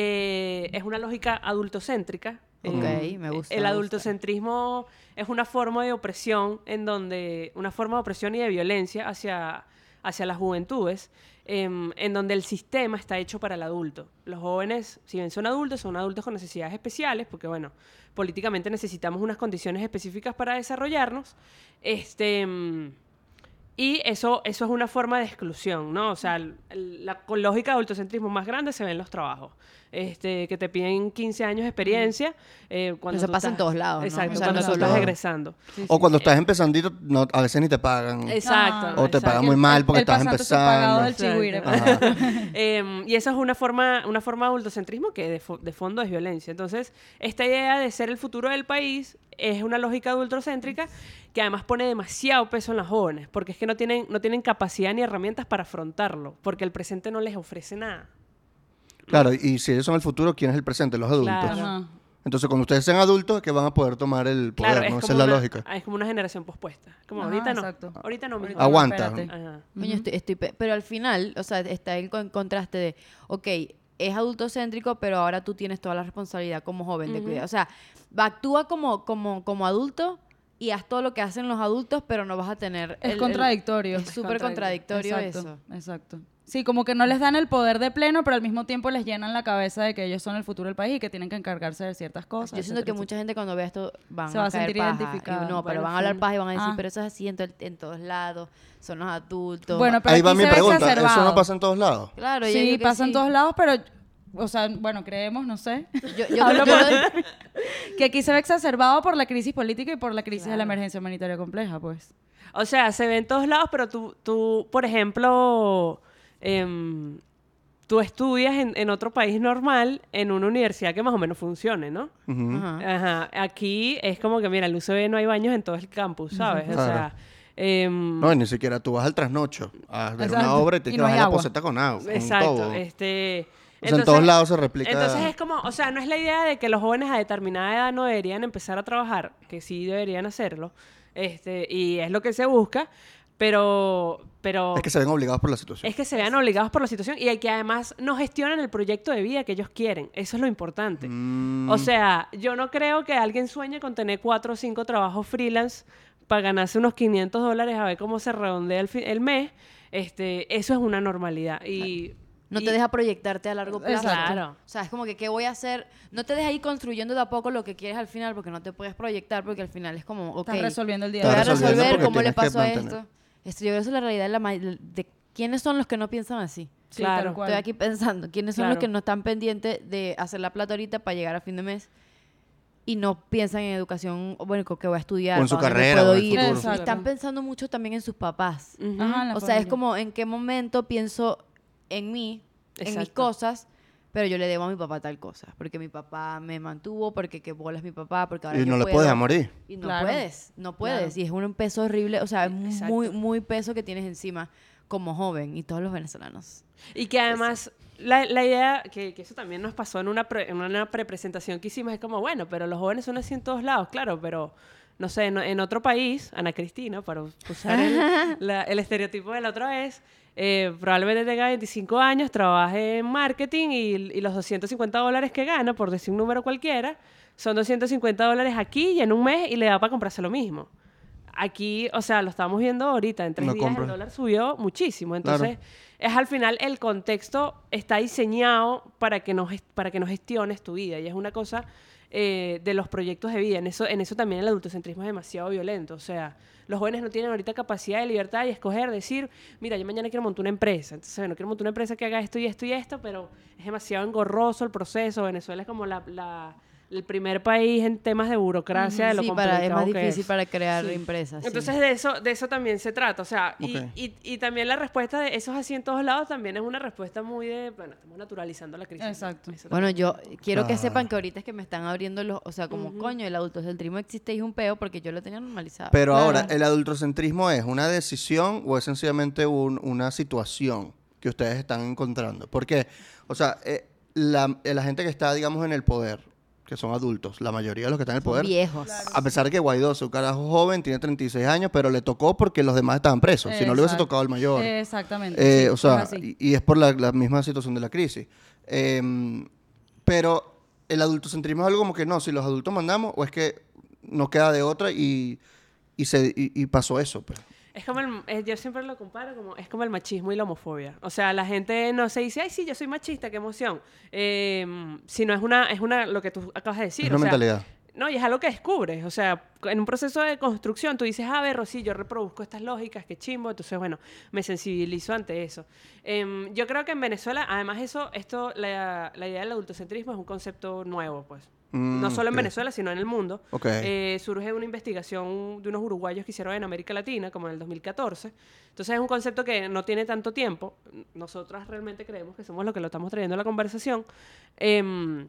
S3: eh, es una lógica adultocéntrica.
S1: Ok,
S3: Eh,
S1: me gusta,
S3: El
S1: me gusta.
S3: adultocentrismo es una forma de opresión en donde, una forma de opresión y de violencia hacia, hacia las juventudes, em, en donde el sistema está hecho para el adulto. Los jóvenes, si bien son adultos, son adultos con necesidades especiales, porque bueno, políticamente necesitamos unas condiciones específicas para desarrollarnos. Este, em, Y eso, eso es una forma de exclusión, ¿no? O sea, el- el- la co- lógica de adultocentrismo más grande se ve en los trabajos. Este, que te piden 15 años de experiencia. eh, cuando
S1: Eso
S3: tú
S1: pasa en
S3: estás-
S1: todos lados, ¿no?
S3: Exacto,
S1: O sea,
S3: cuando
S1: no
S3: tú
S1: solo-
S3: estás egresando.
S2: O cuando estás empezandito, no, a veces ni te pagan.
S3: Exacto.
S2: O te
S3: exacto.
S2: pagan muy mal porque
S4: el
S2: estás
S4: pasante pagado
S2: empezando.
S4: del chigüire. pues.
S3: Exacto. *laughs* Em, y esa es una forma, una forma de adultocentrismo que de, fo- de fondo es violencia. Entonces, esta idea de ser el futuro del país es una lógica adultocéntrica que además pone demasiado peso en las jóvenes, porque es que no tienen, no tienen capacidad ni herramientas para afrontarlo, porque el presente no les ofrece nada.
S2: Claro, y si ellos son el futuro, ¿quién es el presente? Los adultos.
S3: Claro.
S4: Ajá.
S2: Entonces, cuando ustedes sean adultos, es que van a poder tomar el poder,
S3: Claro, es,
S2: ¿no?
S3: como
S2: Esa es la
S3: una,
S2: lógica.
S3: ah, es como una generación pospuesta. Como
S4: Ajá,
S3: ahorita no.
S4: exacto.
S3: Ahorita no. mijo.
S4: Ahorita no,
S2: Aguanta.
S4: espérate.
S3: Ajá.
S1: Coño, estoy, estoy pe- pero al final, o sea, está el con- contraste de, ok, es adultocéntrico, pero ahora tú tienes toda la responsabilidad como joven de cuidar. O sea, va- actúa como, como, como adulto y haz todo lo que hacen los adultos, pero no vas a tener... el-
S4: Es
S1: el-
S4: contradictorio.
S1: es súper contradictorio
S4: Exacto,
S1: eso.
S4: Exacto. Sí, como que no les dan el poder de pleno, pero al mismo tiempo les llenan la cabeza de que ellos son el futuro del país y que tienen que encargarse de ciertas cosas.
S1: Yo siento
S4: etcétera,
S1: que mucha gente cuando vea esto van
S4: Se va
S1: a,
S4: a
S1: caer
S4: sentir
S1: paja. Y
S4: identificada.
S1: no, pero
S4: Bueno,
S1: van a hablar
S4: full.
S1: paja y van a decir,
S4: Ah.
S1: pero eso es así en, to- en todos lados, son los adultos.
S4: Bueno, pero
S2: Ahí va
S4: aquí
S2: mi
S4: se ve
S2: pregunta. ¿Eso no
S4: exacerbado.
S2: pasa en todos lados?
S1: claro, yo
S4: sí,
S1: digo que
S4: pasa en
S1: sí.
S4: todos lados, pero, o sea, bueno, creemos, no sé,
S1: Yo,
S4: *laughs*
S1: yo
S4: Hablo
S1: creo- yo
S4: por- que aquí se ve exacerbado por la crisis política y por la crisis de la emergencia humanitaria compleja, pues.
S3: O sea, se ve en todos lados, pero tú, tú por ejemplo, em, tú estudias en, en otro país normal, en una universidad que más o menos funcione, ¿no?
S2: Ujú.
S1: Ajá.
S3: Ajá. Aquí es como que, mira, en el UCB no hay baños en todo el campus, ¿sabes? O
S2: Claro.
S3: sea, em,
S2: No, y ni siquiera tú vas al trasnocho a ver una
S4: Exacto.
S2: obra y te
S4: Y
S2: que
S4: no hay
S2: bajar la
S4: agua.
S2: poseta con agua. con
S3: exacto.
S2: todo.
S3: Este,
S2: O sea, en todos lados se replica-
S3: Entonces es como, o sea, no es la idea de que los jóvenes a determinada edad no deberían empezar a trabajar, que sí deberían hacerlo, este, y es lo que se busca, pero, pero
S2: Es que se ven obligados por la situación.
S3: es que se vean obligados por la situación y hay que además no gestionan el proyecto de vida que ellos quieren. Eso es lo importante.
S2: Mm.
S3: O sea, yo no creo que alguien sueñe con tener cuatro o cinco trabajos freelance para ganarse unos 500 dólares a ver cómo se redondea el, fi- el mes. Este, eso es una normalidad. Y,
S1: No
S3: y-
S1: te deja proyectarte a largo plazo.
S3: Exacto. Claro.
S1: O sea, es como que, ¿qué voy a hacer? No te deja ir construyendo de a poco lo que quieres al final, porque no te puedes proyectar, porque al final es como, ok,
S4: Estás resolviendo el
S1: voy
S4: día de
S2: Estás
S1: a
S4: hoy.
S2: Estás resolviendo
S1: resolver
S2: porque
S1: cómo le
S2: tienes que
S1: pasó a
S2: mantener.
S1: esto. Esto, yo creo que esa es la realidad de, la ma- de quiénes son los que no piensan así.
S4: Sí, tal
S3: Claro.
S4: cual.
S1: Estoy aquí pensando, ¿quiénes son
S3: Claro.
S1: los que no están pendientes de hacer la plata ahorita para llegar a fin de mes? Y no piensan en educación, o bueno, que voy a estudiar,
S2: O en su
S1: para dónde me
S2: carrera,
S1: puedo
S2: o en el
S1: ir.
S2: futuro.
S4: Exacto.
S1: Están pensando mucho también en sus papás.
S3: Ujú.
S4: Ajá, en la
S1: O sea, es
S4: familia.
S1: como en qué momento pienso en mí, en mis
S3: Exacto.
S1: cosas, pero yo le debo a mi papá tal cosa. Porque mi papá me mantuvo, porque qué bola es mi papá, porque ahora
S2: Y
S1: yo
S2: no le
S1: puedo.
S2: puedes dejar morir.
S1: Y no
S4: Claro.
S1: puedes, no puedes. Y es un peso horrible, o sea, es
S3: Exacto.
S1: muy, muy peso que tienes encima como joven y todos los venezolanos.
S3: Y que además, la, la idea, que, que eso también nos pasó en una, pre, en una prepresentación que hicimos, es como, bueno, pero los jóvenes son así en todos lados, claro, pero no sé, en, en otro país, Ana Cristina, para usar el, la- el estereotipo de la otra vez, eh, probablemente tenga 25 años, trabaje en marketing y, y los 250 dólares que gana, por decir un número cualquiera, son 250 dólares aquí y en un mes y le da para comprarse lo mismo. Aquí, o sea, lo estamos viendo ahorita, en tres
S2: No
S3: días el
S2: compra.
S3: dólar subió muchísimo.
S2: Claro.
S3: Entonces, es al final el contexto está diseñado para que no, ges- para que no gestiones tu vida y es una cosa eh, de los proyectos de vida. En eso, en eso también el adultocentrismo es demasiado violento. O sea, los jóvenes no tienen ahorita capacidad de libertad y escoger, decir, mira, yo mañana quiero montar una empresa. Entonces, bueno, quiero montar una empresa que haga esto y esto y esto, pero es demasiado engorroso el proceso. Venezuela es como la... la- el primer país en temas de burocracia, de lo
S1: sí, para, es más
S3: complicado que
S1: difícil para crear
S3: Sí.
S1: empresas. sí.
S3: entonces de eso, de eso también se trata, o sea, y,
S2: Ok.
S3: y- y también la respuesta de esos así en todos lados también es una respuesta muy de, bueno, estamos naturalizando la crisis.
S4: Exacto.
S3: Eso
S1: Bueno,
S3: también.
S1: yo quiero que
S2: Claro.
S1: sepan que ahorita es que me están abriendo los, o sea, como coño, el adultocentrismo existe y es un peo porque yo lo tenía normalizado.
S2: Pero ahora, ¿el adultocentrismo es una decisión o es sencillamente un- una situación que ustedes están encontrando? Porque, o sea, eh, la, eh, la gente que está, digamos, en el poder, que son adultos, la mayoría de los que están en el
S1: Son
S2: poder,
S1: viejos.
S2: a pesar de que Guaidó es un carajo joven, tiene 36 años, pero le tocó porque los demás estaban presos. Si no, le hubiese
S4: Exacto.
S2: tocado el mayor.
S4: Exactamente.
S2: Eh,
S4: sí,
S2: o
S4: es
S2: sea,
S4: así.
S2: y, y es por la, la misma situación de la crisis. Em, pero el adultocentrismo es algo como que no, si los adultos mandamos, o es que no queda de otra y, y, se, y, y pasó eso. Pues.
S3: Es como el, eh, yo siempre lo comparo como, es como el machismo y la homofobia. O sea, la gente no se dice, ay, sí, yo Em, soy machista, qué emoción. Eh, sino es una, es una, lo que tú acabas de decir.
S2: Es una
S3: o sea,
S2: mentalidad.
S3: No, y es algo que descubres. O sea, en un proceso de construcción tú dices, a ver, Rosy, yo reproduzco estas lógicas, qué chimbo. Entonces, bueno, me sensibilizo ante eso. Em, yo creo que en Venezuela, además, eso, esto, la, la idea del adultocentrismo es un concepto nuevo, pues.
S2: Mm,
S3: no solo en
S2: ok.
S3: Venezuela, sino en el mundo.
S2: Ok.
S3: Eh, surge de una investigación de unos uruguayos que hicieron en América Latina, como en el 2014. Entonces es un concepto que no tiene tanto tiempo. Nosotras realmente creemos que somos lo que lo estamos trayendo a la conversación. Em,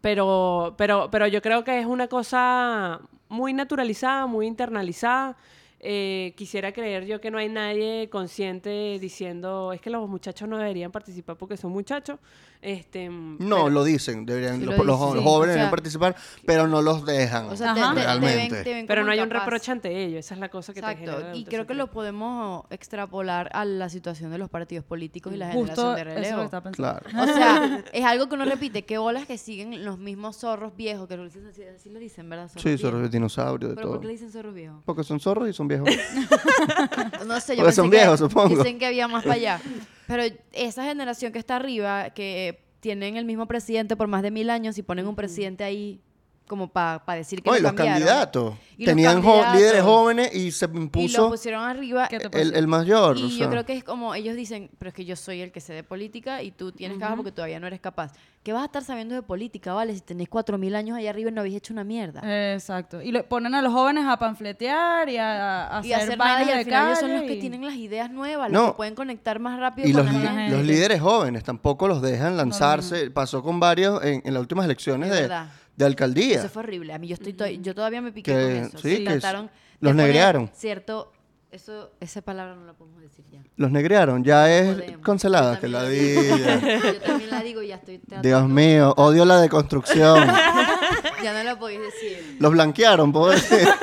S3: pero, pero, pero yo creo que es una cosa muy naturalizada, muy internalizada. Eh, quisiera creer yo que no hay nadie consciente diciendo es que los muchachos no deberían participar porque son muchachos. Este,
S2: No, lo dicen, deberían,
S1: Sí
S2: los,
S1: lo
S2: los
S1: dicen,
S2: jo-
S1: sí.
S2: jóvenes
S1: O sea-
S2: deberían participar, pero no los dejan pues,
S1: O sea, te,
S4: Ajá.
S1: te- te
S2: realmente.
S1: ven, te ven
S3: Pero
S1: como
S3: no hay un
S1: incapaz.
S3: reproche ante ellos, esa es la cosa que te genera
S1: Exacto.
S3: el
S1: Y creo que
S3: adultocentrismo.
S1: lo podemos extrapolar a la situación de los partidos políticos y la generación
S4: Justo
S1: de
S4: eso es lo que
S1: relevo.
S4: estaba pensando.
S2: Claro.
S1: O
S3: *laughs*
S1: sea, es algo que uno repite, que olas que siguen los mismos zorros viejos, que lo dicen así, así lo dicen, ¿verdad?
S2: Sí, zorros de
S1: viejos.
S2: dinosaurio, de
S1: ¿Pero por
S2: todo.
S1: qué le dicen zorros viejos?
S2: Porque son zorros y
S1: *laughs*
S2: son viejos.
S1: No sé, yo
S2: Porque
S1: pensé
S2: son
S1: que
S2: viejos, supongo.
S1: Dicen que había más para
S2: *laughs*
S1: allá. Pero esa generación que está arriba, que tienen el mismo presidente por más de mil años y ponen un presidente ahí como para decir que
S2: No, y
S1: lo
S2: los
S1: cambiaron.
S2: candidatos.
S1: Y los
S2: Tenían jo-
S1: candidatos.
S2: líderes jóvenes y se
S1: Y lo
S2: impuso
S1: pusieron arriba.
S4: ¿Qué te
S2: el,
S4: parece?
S2: el mayor.
S1: Y
S2: o sea.
S1: yo creo que es como ellos dicen, pero es que yo soy el que sé de política y tú tienes que bajar porque todavía no eres capaz. ¿Qué vas a estar sabiendo de política, vale? Si tenés cuatro mil años allá arriba y no habéis hecho una mierda.
S4: Eh, Exacto. Y le ponen a los jóvenes a panfletear y a, a
S1: y
S4: hacer,
S1: hacer nada
S4: vainas
S1: y al
S4: de
S1: final ellos son
S4: calle
S1: los que
S4: y-
S1: tienen las ideas nuevas,
S2: No.
S1: los que pueden conectar más rápido
S2: Y
S1: con
S2: los,
S1: la
S2: li-
S1: gente.
S2: los líderes jóvenes tampoco los dejan lanzarse. Pasó con varios en, en las últimas elecciones
S1: Es
S2: de,
S1: verdad.
S2: de alcaldía.
S1: Eso fue horrible. A mí yo estoy to- yo todavía me piqué
S2: Que-
S1: con eso.
S2: sí,
S1: Se
S2: que
S1: trataron
S2: s-
S1: de
S2: los
S1: poner
S2: negrearon.
S1: Cierto, eso esa palabra no la podemos decir ya.
S2: Los negrearon. Ya es
S1: Podemos.
S2: cancelada.
S1: Yo
S2: Que la
S1: también *laughs*
S2: vida.
S1: Yo también la digo y ya estoy tratando. *laughs*
S2: *laughs* Dios mío, odio la deconstrucción.
S1: Ya no la podéis decir.
S2: los blanquearon, pues. puedo decir.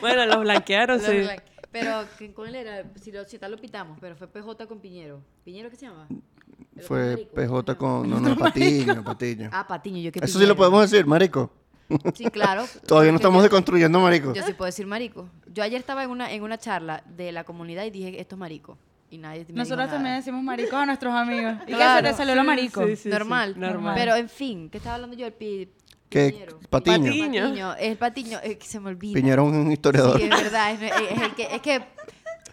S3: Bueno, los blanquearon,
S1: *laughs* Lo-
S3: Ah, sí.
S1: la- Pero, ¿qué- ¿cuál era? Si, lo, si tal lo pitamos, pero fue PJ con Piñero. ¿Piñero qué se llama? El otro
S2: *laughs* Fue
S1: marico,
S2: PJ
S1: ¿cómo
S2: con. No,
S1: *laughs*
S2: no, Patiño, Patiño.
S1: se llama? Ah, Patiño, yo que
S2: Eso sí lo podemos decir, marico.
S1: Sí, claro.
S2: *laughs* Todavía no
S1: Porque
S2: estamos
S1: yo-
S2: deconstruyendo, marico.
S1: Yo sí puedo decir marico. Yo ayer estaba en una, en una charla de la comunidad y dije, esto es marico. Y nadie me
S4: Nosotros
S1: dijo nada.
S4: también decimos maricos a nuestros amigos. ¿Y
S1: Claro.
S4: qué se te salió lo marico?
S3: Sí, sí, sí.
S1: normal.
S3: Normal.
S1: Pero, en fin, ¿qué estaba hablando yo? El pi,
S2: Que-
S1: Piñero.
S2: Patiño.
S3: Patiño.
S1: Patiño, El Patiño, es que se me olvida.
S2: Piñero es un historiador.
S1: Sí, es verdad. Es, es el que, es que-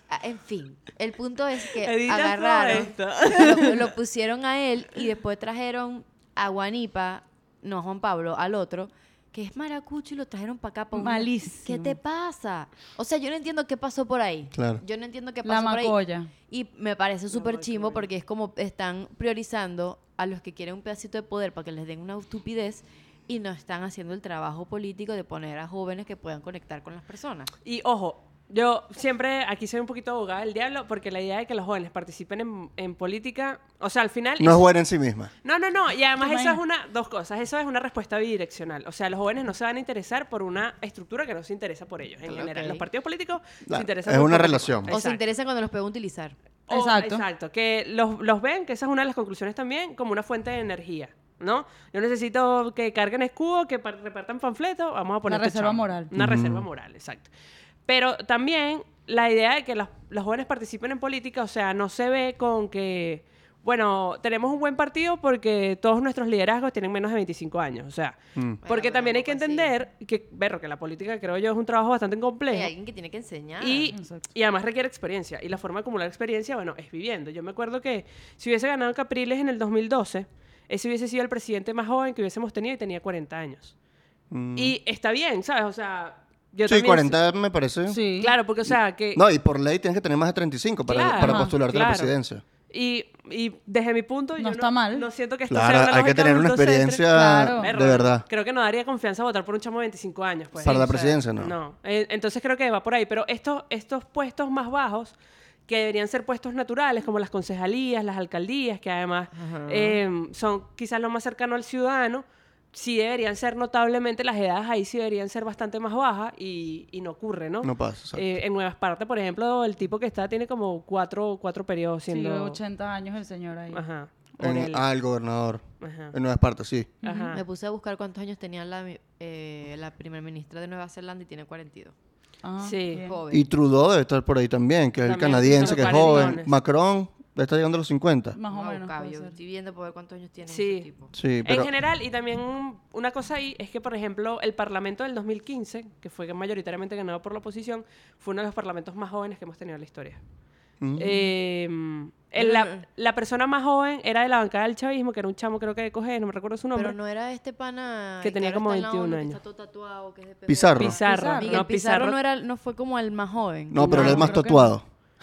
S1: ah, en fin, el punto es que
S3: Edita
S1: Eh,
S3: todo
S1: agarraron,
S3: esto. *laughs*
S1: lo, lo pusieron a él y después trajeron a Juanipa, no a Juan Pablo, al otro, que es maracucho y lo trajeron para acá. pa' una-
S4: Malísimo.
S1: ¿Qué te pasa? O sea, yo no entiendo qué pasó por ahí.
S2: Claro.
S1: Yo no entiendo qué
S4: La
S1: pasó por ahí.
S4: macolla.
S1: Y me parece súper chimbo porque es como están priorizando a los que quieren un pedacito de poder para que les den una estupidez y no están haciendo el trabajo político de poner a jóvenes que puedan conectar con las personas.
S3: Y ojo, yo siempre aquí soy un poquito abogada del diablo porque la idea de que los jóvenes participen en, en política, o sea, al final...
S2: *laughs* No es
S3: eso-
S2: buena en sí misma.
S3: no, no, no, y además
S4: ¿Te
S3: eso es
S4: imaginas?
S3: una, dos cosas, eso es una respuesta bidireccional, o sea, los jóvenes no se van a interesar por una estructura que no se interesa por ellos, en
S1: Ok.
S3: general, los partidos políticos
S2: Claro,
S3: se interesan
S2: es
S3: por
S2: una
S3: política.
S2: relación.
S1: O se
S3: Exacto.
S1: interesan cuando los pueden utilizar.
S3: O-
S4: Exacto.
S3: Que los, los ven, que esa es una de las conclusiones también, como una fuente de energía, ¿no? Yo necesito que carguen escudo, que par- repartan panfletos, vamos a poner... este
S4: reserva
S3: chamo.
S4: moral.
S3: Una reserva moral, exacto. Pero también la idea de que los, los jóvenes participen en política, o sea, no se ve con que, bueno, tenemos un buen partido porque todos nuestros liderazgos tienen menos de 25 años, o sea... Porque
S1: Bueno,
S3: también hay que
S1: tampoco así.
S3: entender que, verro, que la política creo yo es un trabajo bastante complejo.
S1: Hay alguien que tiene que enseñar.
S3: Y,
S4: Ah, Exacto.
S3: y además requiere experiencia. Y la forma de acumular experiencia, bueno, es viviendo. Yo me acuerdo que si hubiese ganado Capriles en el 2012, ese hubiese sido el presidente más joven que hubiésemos tenido y tenía 40 años. Y está bien, ¿sabes? O sea, yo
S2: Mm. Sí,
S3: también-
S2: 40 me parece.
S4: Sí.
S3: Claro, porque, o sea, que...
S2: No, y por ley tienes que tener más de 35 para,
S3: Claro,
S2: para
S4: ajá,
S2: postularte a la
S3: claro.
S2: presidencia.
S3: Y, y desde mi punto,
S4: No
S3: yo
S4: está mal.
S3: no siento que esto sea
S2: Claro,
S3: una
S2: hay que
S3: lógica
S2: tener una
S3: adultocéntrica.
S2: experiencia
S4: Claro.
S2: de verdad.
S3: Creo que no daría confianza votar por un chamo de 25 años. Pues.
S2: Para la
S3: O sea,
S2: presidencia, no.
S3: Eh, Entonces creo que va por ahí. Pero estos, estos puestos más bajos, que deberían ser puestos naturales, como las concejalías, las alcaldías, que además eh, son quizás lo más cercano al ciudadano, sí deberían ser notablemente, las edades ahí sí deberían ser bastante más bajas y, y no ocurre, ¿no?
S2: No pasa, exacto.
S3: Eh, en Nueva Esparta, por ejemplo, el tipo que está tiene como cuatro, cuatro periodos
S4: Sí,
S3: siendo...
S4: 80 años el señor ahí.
S3: Ajá.
S2: En-
S3: Orel.
S2: ah, el gobernador.
S3: Ajá.
S2: En Nueva Esparta, sí.
S3: Ajá.
S1: Me puse a buscar cuántos años tenía la, eh, la primer ministra de Nueva Zelanda y tiene 42.
S4: Ah,
S3: Sí.
S4: bien.
S1: Joven.
S2: Y Trudeau debe estar por ahí también, que es el
S3: También,
S2: canadiense,
S3: los
S2: que es
S3: paredones.
S2: joven. Macron, Está llegando a los 50.
S4: Más o
S1: Vamos a
S4: menos.
S1: buscar,
S4: puede
S1: yo
S4: ser.
S1: estoy viendo por ver cuántos años tiene
S3: Sí.
S1: ese tipo.
S2: Sí, pero
S3: En general, y también un- una cosa ahí es que, por ejemplo, el Parlamento del 2015, que fue mayoritariamente ganado por la oposición, fue uno de los parlamentos más jóvenes que hemos tenido en la historia.
S2: Mm.
S3: Eh, el-
S1: Mm.
S3: la, la persona más joven era de la bancada del chavismo, que era un chamo, creo que de Coger, no me recuerdo su nombre.
S1: Pero no era este pana
S3: Que
S1: que
S3: tenía
S1: ahora
S3: como
S1: está en la ONU,
S3: 21
S1: que
S3: años.
S1: está todo tatuado, que es de PJ.
S2: Pizarro.
S3: Pizarro.
S1: Miguel Pizarro,
S3: No, Pizarro-
S1: no era no fue como el más joven.
S2: no, pero
S4: No,
S2: él es más
S4: creo que no.
S2: tatuado. *laughs*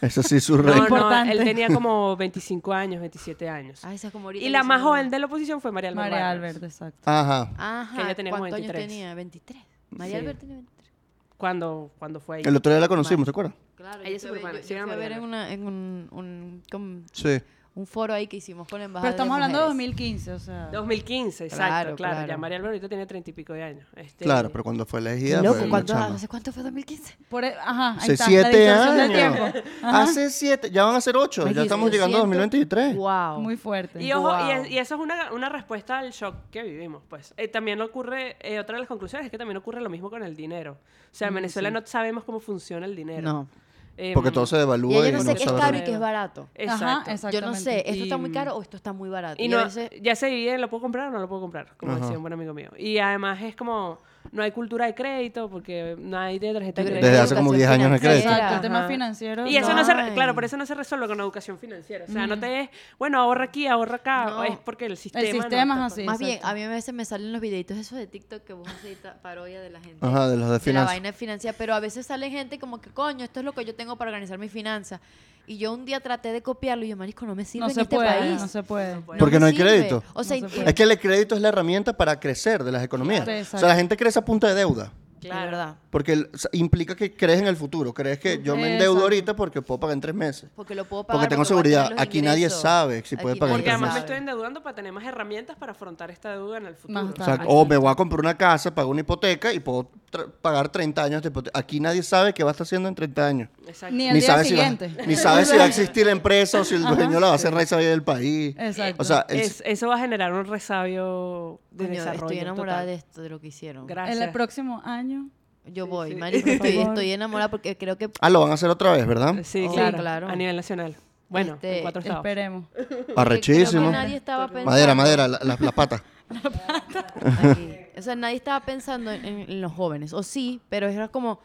S2: Ese sí es su
S3: No,
S2: rey.
S3: no,
S4: Importante.
S3: él tenía
S1: *laughs*
S3: como 25 años, 27 años.
S1: Ah, esa es como ahorita
S3: y la
S1: que
S3: más
S1: hicimos-
S3: joven de la oposición fue María Alba
S4: María
S3: Barrios.
S4: Alberto, exacto.
S2: Ajá.
S1: Ajá,
S3: Que ella tenía como
S1: ¿cuántos
S3: 23.
S1: años tenía? 23. María
S3: Sí.
S1: Alberto tenía 23.
S3: Cuando, cuando fue ahí.
S2: El otro día la conocimos, ¿te acuerdas?
S1: Claro,
S3: Ella
S1: yo
S3: es
S1: fui a ver-
S3: supermana,
S1: yo-
S3: sí,
S1: yo
S3: era
S1: fui a ver en,
S3: Mariana.
S1: una, en un, un, com-
S2: Sí.
S1: un foro ahí que hicimos con la embajada
S4: Pero estamos
S1: de
S4: hablando de
S1: mujeres.
S4: 2015, o sea.
S3: 2015, exacto, claro.
S1: Claro,
S3: Ya
S1: claro.
S3: María Alba ahorita tiene 30 y pico de años. Este,
S2: Claro, pero cuando fue elegida.
S1: Loco,
S2: fue una
S1: ¿cuánto,
S2: chama.
S1: hace cuánto fue 2015?
S4: Por, e- ajá, ahí
S2: Hace
S4: está,
S2: siete
S4: la distorsión del
S2: años.
S4: tiempo. Ajá.
S2: Hace siete. Ya van a ser ocho. Ya estamos llegando a 2023.
S1: Wow.
S4: Muy fuerte.
S3: Y, ojo, y,
S1: Wow.
S3: es- y eso es una, una respuesta al shock que vivimos, pues. Eh, también ocurre, eh, otra de las conclusiones es que también ocurre lo mismo con el dinero. O sea, en Venezuela no sabemos cómo funciona el dinero.
S1: No.
S3: Eh,
S2: Porque
S4: Em,
S2: todo se
S1: Y
S2: devalúa y,
S1: ella no
S2: uno
S1: sé
S2: no
S1: qué es
S2: sabe
S1: caro y
S2: realmente.
S1: qué es barato.
S3: Exacto.
S4: Ajá,
S1: Yo no sé,
S4: exactamente.
S1: ¿esto está muy
S3: Y-
S1: caro o esto está muy barato?
S3: Y
S1: a
S3: no,
S1: veces-
S3: ya se divide, en ¿lo puedo comprar o no lo puedo comprar? Como
S2: Ajá.
S3: decía un buen amigo mío. Y además es como, no hay cultura de crédito porque nadie tiene tarjeta
S1: Yo creo
S3: de crédito.
S1: que
S2: Desde hace como
S1: educación
S2: 10 años no hay crédito.
S1: financiera.
S4: Exacto, temas
S3: Ajá.
S4: financieros.
S3: Y eso no se, re-
S1: Ay.
S3: claro, por eso no se resuelve con educación financiera. O sea, no te es, bueno, ahorra aquí, ahorra acá.
S1: No.
S3: o Es porque el sistema.
S4: sistema
S3: no
S4: es
S3: te-
S4: así.
S1: Más bien,
S4: exacto.
S1: a mí a veces me salen los videitos esos de TikTok que vos haces parodia de la gente.
S2: Ajá, de los de
S1: de la
S2: finanzas.
S1: vaina de financiera, pero a veces sale gente como que, coño, esto es lo que yo tengo para organizar mis finanzas. Y yo un día traté de copiarlo y yo, marisco, no me sirve
S4: No
S1: en
S4: se
S1: este
S4: puede,
S1: país.
S4: no se puede.
S3: puede.
S2: Porque
S1: me
S2: no hay
S1: sirve.
S2: crédito.
S1: O sea,
S4: No se
S1: y-
S4: puede.
S2: Es que el crédito es la herramienta para crecer de las economías.
S4: Sí,
S2: o
S4: exacto.
S2: sea, la gente crece a punta de deuda.
S1: Claro. De verdad.
S2: Porque el- o sea, implica que crees en el futuro. Crees que yo me
S4: Exacto.
S2: endeudo ahorita porque puedo pagar en tres meses.
S1: Porque lo puedo pagar.
S2: Porque tengo
S1: voy a tener
S2: seguridad.
S1: los
S2: Aquí nadie
S1: ingresos.
S2: sabe si puede
S1: Aquí
S2: pagar
S1: nadie
S3: Porque además me
S1: sabe.
S3: estoy endeudando para tener más herramientas para afrontar esta deuda en el futuro.
S4: Más
S2: O,
S4: Claro.
S2: sea, o me voy a comprar una casa, pago una hipoteca y puedo tra- pagar 30 años de hipoteca. Aquí nadie sabe qué va a estar haciendo en 30 años.
S3: Exacto.
S4: Ni el día
S2: sabe
S4: siguiente.
S2: Si va, ni sabe
S4: *laughs*
S2: si va a existir la empresa o si el dueño la va a cerrar y se va a ir del país.
S4: Exacto.
S2: O sea, el-
S3: Es- eso va a generar un resabio de
S1: Coño,
S3: desarrollo.
S1: estoy enamorada
S3: total.
S1: de esto, de lo que hicieron.
S4: En
S3: Gracias.
S4: el próximo año.
S1: Yo
S3: Sí,
S1: voy,
S3: sí.
S1: marico, estoy,
S4: favor.
S1: estoy enamorada porque creo que
S2: ah, lo van a hacer otra vez, ¿verdad?
S3: Sí,
S1: Oh,
S3: claro,
S1: claro.
S3: A nivel nacional. Bueno,
S1: Este,
S3: en cuatro estados.
S4: Esperemos.
S1: Porque creo que
S2: Arrechísimo.
S1: nadie estaba pensando.
S2: Madera, madera, la- la- las patas.
S1: aquí. O sea, nadie estaba pensando en, en los jóvenes. O sí, pero era como,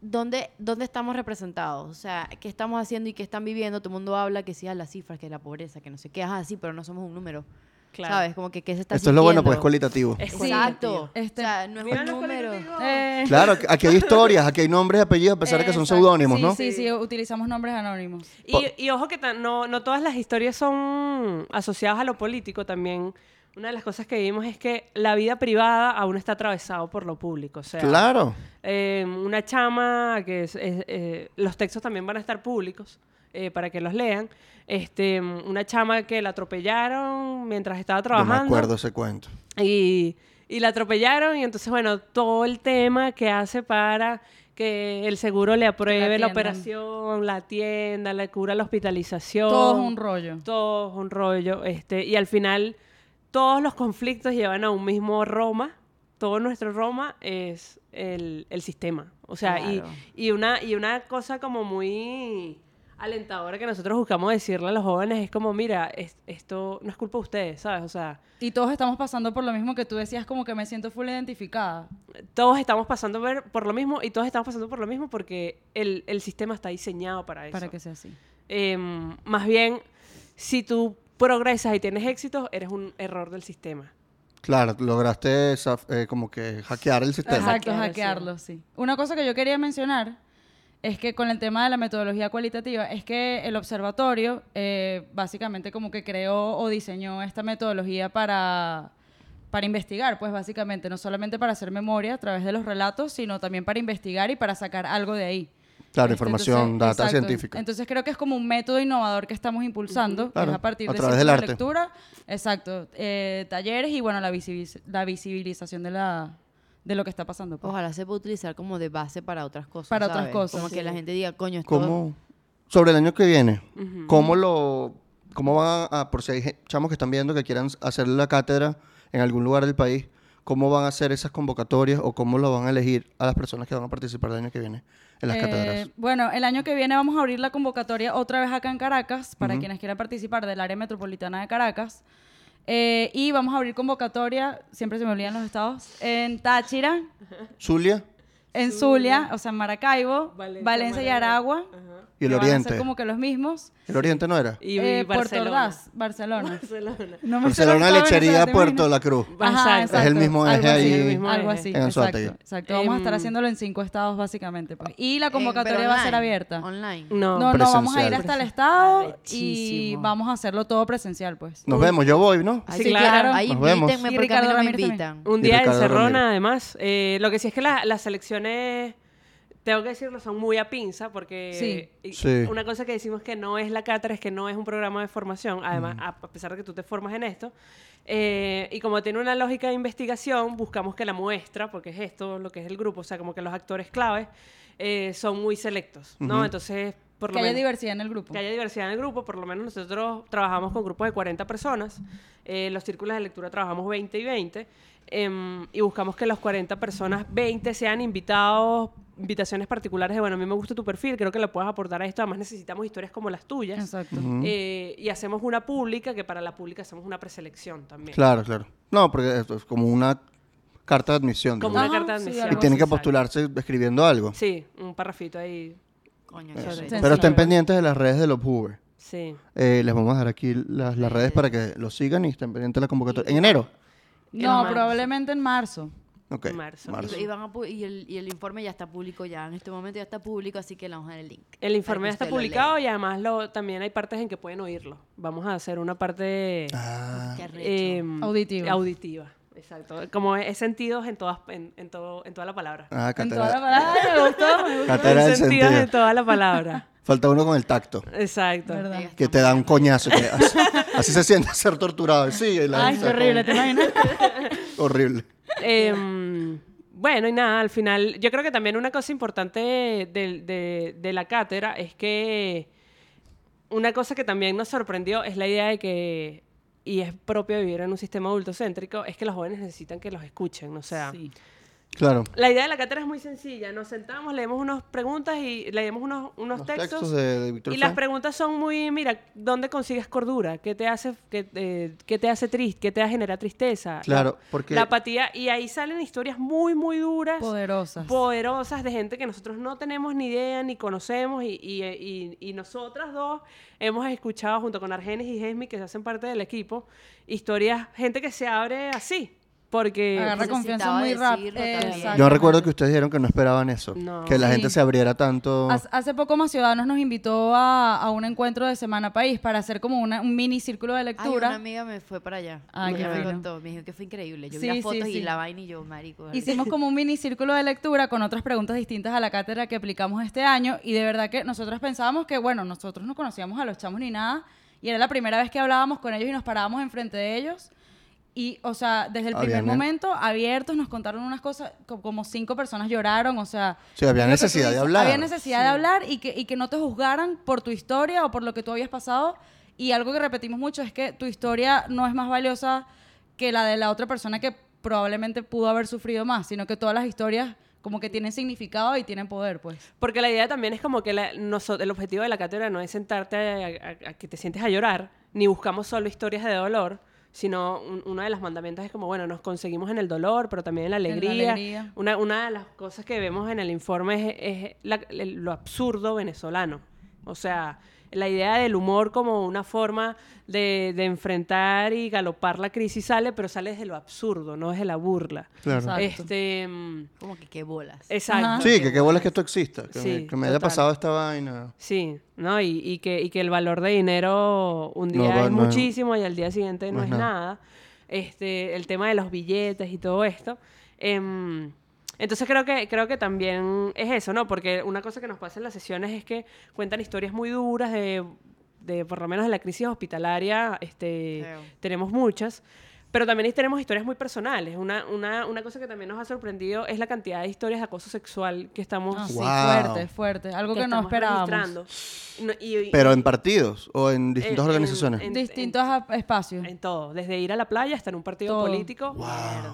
S1: ¿dónde, ¿dónde estamos representados? O sea, ¿qué estamos haciendo y qué están viviendo? Todo el mundo habla que sí a las cifras, que la pobreza, que no sé qué. Ajá, sí, pero no somos un número.
S3: Claro.
S1: ¿Sabes? Como que qué se está
S2: Esto es lo bueno, pues, es
S1: sintiendo.
S2: cualitativo.
S3: Es
S1: Exacto.
S4: Sí. Este-
S1: o sea, no es
S3: Mira
S1: un
S3: los
S1: número.
S3: colectivos.
S4: Eh,
S2: Claro, aquí- aquí hay historias, aquí hay nombres y apellidos, a pesar de que son
S4: exacto.
S2: seudónimos,
S4: Sí,
S2: ¿no?
S4: Sí, sí, utilizamos nombres anónimos.
S2: Po-
S3: Y, y ojo que ta- no, no todas las historias son asociadas a lo político también. Una de las cosas que vimos es que la vida privada aún está atravesado por lo público. O sea,
S2: Claro.
S3: eh, una chama que es, es, eh, los textos también van a estar públicos eh, para que los lean. Este, una chama que la atropellaron mientras estaba
S2: Yo me
S3: trabajando.
S2: acuerdo ese cuento.
S3: Y, y la atropellaron y entonces, bueno, todo el tema que hace para que el seguro le apruebe la,
S4: atiendan.
S3: operación, la tienda, la cura, la hospitalización.
S4: Todo es un rollo.
S3: Todo es un rollo. Este, y al final, todos los conflictos llevan a un mismo Roma. Todo nuestro Roma es el, el sistema. O sea, y-
S1: Claro.
S3: y, una, y una cosa como muy alentadora que nosotros buscamos decirle a los jóvenes es como, mira, es- esto no es culpa de ustedes, ¿sabes? O sea,
S4: Y todos estamos pasando por lo mismo que tú decías, como que me siento full identificada.
S3: todos estamos pasando ver- por lo mismo y todos estamos pasando por lo mismo porque el, el sistema está diseñado para eso.
S4: Para que sea así.
S3: Em, más bien, si tú progresas y tienes éxitos, eres un error del sistema.
S2: Claro, lograste esa- eh, como que hackear el sistema.
S4: Exacto,
S3: Hackear,
S4: hackearlo, sí. Una cosa que yo quería mencionar es que con el tema de la metodología cualitativa es que el observatorio eh, básicamente como que creó o diseñó esta metodología para para investigar, pues básicamente, no solamente para hacer memoria a través de los relatos, sino también para investigar y para sacar algo de ahí.
S2: Claro,
S4: Este,
S2: información,
S4: entonces,
S2: data
S4: exacto.
S2: científica.
S4: Entonces creo que es como un método innovador que estamos impulsando, que
S2: Claro,
S4: es a partir
S2: a
S4: de
S2: través
S4: círculos
S2: del
S4: de
S2: arte.
S4: lectura, exacto, eh, talleres y bueno, la, visibiliz- la visibilización de la de lo que está pasando. pues.
S1: Ojalá se pueda utilizar como de base para otras cosas.
S4: Para otras
S1: ¿sabes?
S4: cosas,
S1: Como
S4: sí.
S1: que la gente diga, coño, esto.
S2: ¿Cómo, sobre el año que viene, ¿cómo lo, cómo van a, por si hay gen- chamos que están viendo que quieran hacer la cátedra en algún lugar del país, cómo van a ser esas convocatorias o cómo lo van a elegir a las personas que van a participar el año que viene en las
S4: Eh,
S2: cátedras.
S4: Bueno, el año que viene vamos a abrir la convocatoria otra vez acá en Caracas para quienes quieran participar del área metropolitana de Caracas. Eh, y vamos a abrir convocatoria, siempre se me olvidan los estados, en Táchira,
S2: Zulia
S4: en Zulia, o sea, en Maracaibo,
S3: Valencia,
S4: Valencia, y Aragua.
S2: y el
S4: que van a ser
S2: Oriente.
S4: como que los mismos.
S2: El Oriente no era.
S3: Y,
S4: Eh,
S3: y
S4: Puerto
S3: Barcelona.
S4: Ordaz, Barcelona.
S3: Barcelona.
S4: No me sé los
S2: Barcelona,
S4: estados
S2: Lechería,
S4: venezolanos,
S2: Puerto
S4: imagínate.
S2: La Cruz.
S4: Ajá,
S3: Exacto.
S2: Es el mismo
S4: algo
S2: eje
S4: así,
S2: ahí
S4: el mismo algo
S3: eje.
S4: así.
S2: en
S4: exacto,
S2: Anzoátegui.
S4: exacto. Vamos a estar
S3: Em,
S4: haciéndolo en cinco estados básicamente. pues. Y la
S1: eh, pero
S4: convocatoria va a ser
S1: online,
S4: abierta.
S1: Online.
S3: No.
S4: No, no, vamos a ir
S2: Presencial.
S4: hasta el estado y
S1: Arrechísimo.
S4: vamos a hacerlo todo presencial, pues.
S2: Nos vemos, yo voy, ¿no?
S1: Así
S3: Sí,
S1: que,
S3: claro.
S1: claro. Ahí
S2: Nos vemos.
S1: invítenme
S4: Y
S1: porque a mí no
S4: Ricardo
S1: me
S4: Ramírez también.
S1: invitan.
S3: Un
S2: Y
S3: día de
S2: Ricardo
S3: encerrona,
S2: Ramírez.
S3: además. Eh, lo que sí es que la- las selecciones, tengo que decirlo, son muy a pinza, porque
S4: Sí.
S3: y-
S2: Sí.
S3: una cosa que decimos que no es la cátedra es que no es un programa de formación, además, a, a pesar de que tú te formas en esto. eh, y como tiene una lógica de investigación, buscamos que la muestra, porque es esto lo que es el grupo, o sea, como que los actores claves eh, son muy selectos, ¿no?
S2: Ujú.
S3: Entonces, por
S4: Que
S3: lo
S4: haya
S3: menos-
S4: diversidad en el grupo.
S3: que haya diversidad en el grupo, por lo menos nosotros trabajamos con grupos de 40 personas, eh, los círculos de lectura trabajamos 20 y 20, em, y buscamos que las 40 personas, 20 sean invitados, invitaciones particulares de, bueno, a mí me gusta tu perfil, creo que lo puedes aportar a esto, además necesitamos historias como las tuyas,
S4: Exacto.
S2: Ujú.
S3: Eh, y hacemos una pública, que para la pública hacemos una preselección también.
S2: Claro, claro. No, porque esto es como una carta de admisión.
S3: Como
S2: digamos.
S3: una
S4: Ajá,
S3: carta de
S4: Ah, sí,
S3: admisión.
S4: algo
S2: Y tienen que
S3: Exacto.
S2: postularse escribiendo algo.
S3: Sí, un parrafito ahí.
S1: Coño,
S3: Eso.
S1: qué
S4: Sí.
S2: Pero estén
S3: Sencillo.
S2: pendientes de las redes de los Hoover.
S3: Sí.
S2: Eh, les vamos a dejar aquí las, las redes para que lo sigan y estén pendientes de la convocatoria. ¿En enero?
S3: En
S4: No,
S3: marzo.
S4: probablemente en marzo.
S2: Ok.
S3: Marzo.
S1: Y, y van a pu- y el, y el informe ya está público ya, en este momento ya está público, así que le vamos a dar el link.
S3: El
S1: Para
S3: informe
S1: que
S3: ya está
S1: usted lo
S3: publicado
S1: lea.
S3: y además lo, también hay partes en que pueden oírlo. Vamos a hacer una parte
S2: Ah,
S1: Qué arrecho.
S3: em,
S4: Auditiva.
S3: Auditiva, exacto. Como es, es sentidos en, todas, en, en todo, en toda la palabra.
S2: ah
S4: En toda la
S2: cátedra,
S4: palabra, me gustó, me gustó.
S2: cátedra
S3: En
S2: del
S3: sentidos en
S2: sentido.
S3: toda
S2: *laughs*
S3: la palabra.
S2: Falta uno con el tacto.
S3: Exacto.
S4: ¿Verdad?
S2: Que te da un coñazo. que así, así se siente ser torturado. Sí, y la-
S4: Ay, qué horrible, ¿te imaginas?
S2: Horrible.
S3: Em, bueno, y nada, al final, yo creo que también una cosa importante de, de- de la cátedra es que una cosa que también nos sorprendió es la idea de que, y es propio de vivir en un sistema adultocéntrico, es que los jóvenes necesitan que los escuchen, o sea...
S4: Sí.
S2: Claro.
S3: La idea de la cátedra es muy sencilla. Nos sentamos, leemos unas preguntas y leemos unos, unos
S2: Los
S3: textos.
S2: textos de, de Víctor
S3: y las
S2: Frank.
S3: preguntas son muy, mira, ¿dónde consigues cordura? ¿Qué te hace, qué, eh, qué te hace triste? ¿Qué te genera tristeza?
S2: Claro,
S3: La-
S2: porque-
S3: La apatía. Y ahí salen historias muy, muy duras.
S4: Poderosas.
S3: Poderosas de gente que nosotros no tenemos ni idea ni conocemos y, y, eh, y- y nosotras dos hemos escuchado junto con Argenis y Gesmi que se hacen parte del equipo historias, gente que se abre así porque
S4: Agarra
S1: Necesitaba
S4: confianza muy rápido.
S1: decirlo también.
S2: Yo recuerdo que ustedes dijeron que no esperaban eso.
S3: No.
S2: Que la
S4: Sí.
S2: gente se abriera tanto.
S4: Hace- Hace poco más Ciudadanos nos invitó a, a un encuentro de Semana País para hacer como una- un mini círculo de
S1: Ay, una
S4: lectura.
S1: amiga me fue para allá.
S4: Ay,
S1: Ella
S4: Ah, qué
S1: me
S4: fino.
S1: contó, me dijo que fue increíble. Yo
S4: Sí,
S1: vi
S4: sí,
S1: las fotos
S4: sí.
S1: y la vaina y yo, marico.
S4: Hicimos como un mini círculo de lectura con otras preguntas distintas a la cátedra que aplicamos este año y de verdad que nosotros pensábamos que, bueno, nosotros no conocíamos a los chamos ni nada y era la primera vez que hablábamos con ellos y nos parábamos enfrente de ellos y, o sea, desde el primer
S2: Habían-
S4: momento, abiertos, nos contaron unas cosas, co- como cinco personas lloraron, o sea...
S2: Sí, había
S4: es lo que tú
S2: necesidad de
S4: dices,
S2: hablar.
S4: Había necesidad de hablar y que, y que no te juzgaran por tu historia o por lo que tú habías pasado y algo que repetimos mucho es que tu historia no es más valiosa que la de la otra persona que probablemente pudo haber sufrido más, sino que todas las historias como que tienen significado y tienen poder, pues.
S3: Porque la idea también es como que la- noso- el objetivo de la cátedra no es sentarte a, a- a que te sientes a llorar, ni buscamos solo historias de dolor, sino un- una de las mandamientos es como, bueno, nos conseguimos en el dolor, pero también en la
S4: la
S3: alegría.
S4: alegría.
S3: Una, una de las cosas que vemos en el informe es, es la- el- lo absurdo venezolano. O sea, la idea del humor como una forma de, de enfrentar y galopar la crisis sale, pero sale desde lo absurdo, no desde la burla.
S2: Claro.
S4: Exacto.
S3: Este, mm,
S1: Como que qué bolas.
S3: exacto.
S2: Sí, que qué bolas que esto exista. Que,
S3: Sí,
S2: me, que me haya
S3: total.
S2: pasado esta vaina.
S3: Sí, ¿no? Y, y que, y que el valor de dinero un día
S2: No va-
S3: es
S2: no es-
S3: muchísimo y al día siguiente no, es nada. Este, el tema de los billetes y todo esto. Em, entonces creo que, creo que también es eso, ¿no? Porque una cosa que nos pasa en las sesiones es que cuentan historias muy duras de, de por lo menos de la crisis hospitalaria, este,
S1: Feo.
S3: tenemos muchas. Pero también tenemos historias muy personales. Una, una, una cosa que también nos ha sorprendido es la cantidad de historias de acoso sexual que estamos...
S4: Ah, sí,
S2: Wow.
S4: fuerte, fuerte. Algo que, no
S3: estamos
S4: esperábamos.
S3: registrando. No, y- y-
S2: Pero en partidos o en distintas
S3: en-
S2: organizaciones.
S3: en-
S4: Distintos a- espacios. Ah,
S3: En todo, desde ir a la playa hasta en un partido
S4: Todo.
S3: político.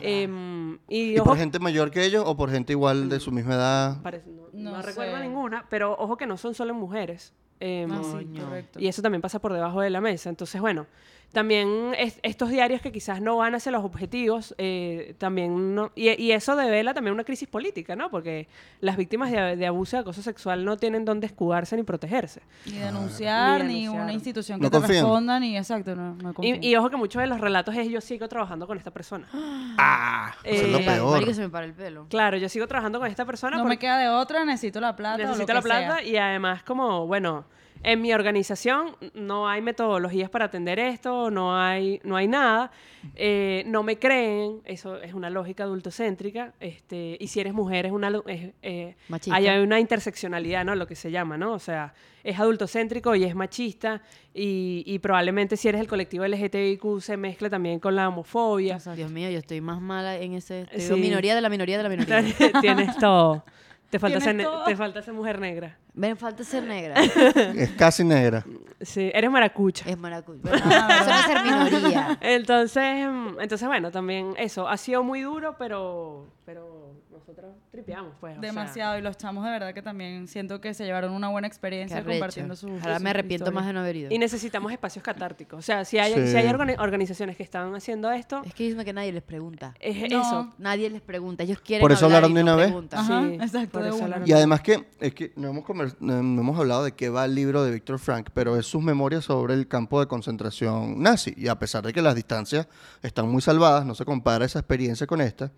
S3: Em, y
S2: ¿Y
S3: ojo,
S2: por gente mayor que ellos o por gente igual de su misma
S3: *laughs*
S2: edad?
S3: parece- no,
S4: No
S3: no recuerdo
S4: sé.
S3: ninguna, pero ojo que no son solo mujeres. Em,
S4: Ah, sí,
S1: Coño.
S4: correcto.
S3: Y eso también pasa por debajo de la mesa. Entonces, bueno, también es- estos diarios que quizás no van hacia los objetivos, eh, también no- y, y eso devela también una crisis política, ¿no? Porque las víctimas de, de abuso y acoso sexual no tienen dónde escudarse ni protegerse.
S4: Ni denunciar,
S3: Ni
S4: ni una
S3: denunciar.
S4: institución
S2: Ah,
S4: que
S2: No
S4: te
S2: confían.
S4: responda, ni exacto, no, no confían.
S3: Y, y ojo que muchos de los relatos es yo sigo trabajando con esta persona.
S2: *gasps* ¡Ah! Eso es lo
S3: Eh,
S2: peor.
S1: Marico, se me para el pelo.
S3: Claro, yo sigo trabajando con esta persona
S4: no me
S3: porque
S4: queda de otra, necesito la plata. o lo
S3: necesito
S4: que
S3: la plata
S4: sea.
S3: y además como, bueno, en mi organización no hay metodologías para atender esto, no hay, no hay nada, eh, no me creen, eso es una lógica adultocéntrica, este, y si eres mujer es una... lo- es, eh,
S1: Machista.
S3: ahí hay una interseccionalidad, ¿no? Lo que se llama, ¿no? O sea, es adultocéntrico y es machista y, y probablemente si eres el colectivo LGTBIQ se mezcle también con la homofobia.
S1: Dios mío, yo estoy más mala en ese. estoy
S3: Sí.
S1: Minoría de la minoría de la
S3: *laughs*
S1: minoría.
S3: Tienes todo. Te falta,
S4: Tienes
S3: ser ne-
S4: todo.
S3: te falta ser mujer negra.
S1: Ven, falta ser negra.
S3: *laughs*
S2: Es casi negra.
S3: Sí, eres maracucha.
S1: Es maracucho.
S4: Ah,
S1: Eso es ser minoría.
S3: Entonces, mm, entonces bueno, también eso ha sido muy duro, pero pero nosotros tripeamos, pues. o sea.
S4: Demasiado. y los chamos de verdad que también siento que se llevaron una buena
S1: Qué
S4: experiencia
S1: arrecho.
S4: compartiendo sus
S1: Ahora me arrepiento más de no haber ido.
S3: y necesitamos espacios catárticos. O sea, si hay,
S2: Sí.
S3: si hay organi- organizaciones que están haciendo esto,
S1: Es que dicen que nadie les pregunta.
S3: es
S4: No.
S3: eso.
S1: Nadie les pregunta. Ellos quieren.
S2: Por eso
S1: hablar
S2: hablaron
S1: y
S2: de
S1: no
S2: una vez.
S1: preguntan.
S4: Ajá,
S3: Sí,
S4: exacto,
S3: por
S4: de
S3: eso
S4: una.
S3: hablaron
S2: Y además que, es que no hemos, comer- no- no hemos hablado de qué va el libro de Víctor Frank, pero es sus memorias sobre el campo de concentración nazi. Y a pesar de que las distancias están muy salvadas, no se compara esa experiencia con esta,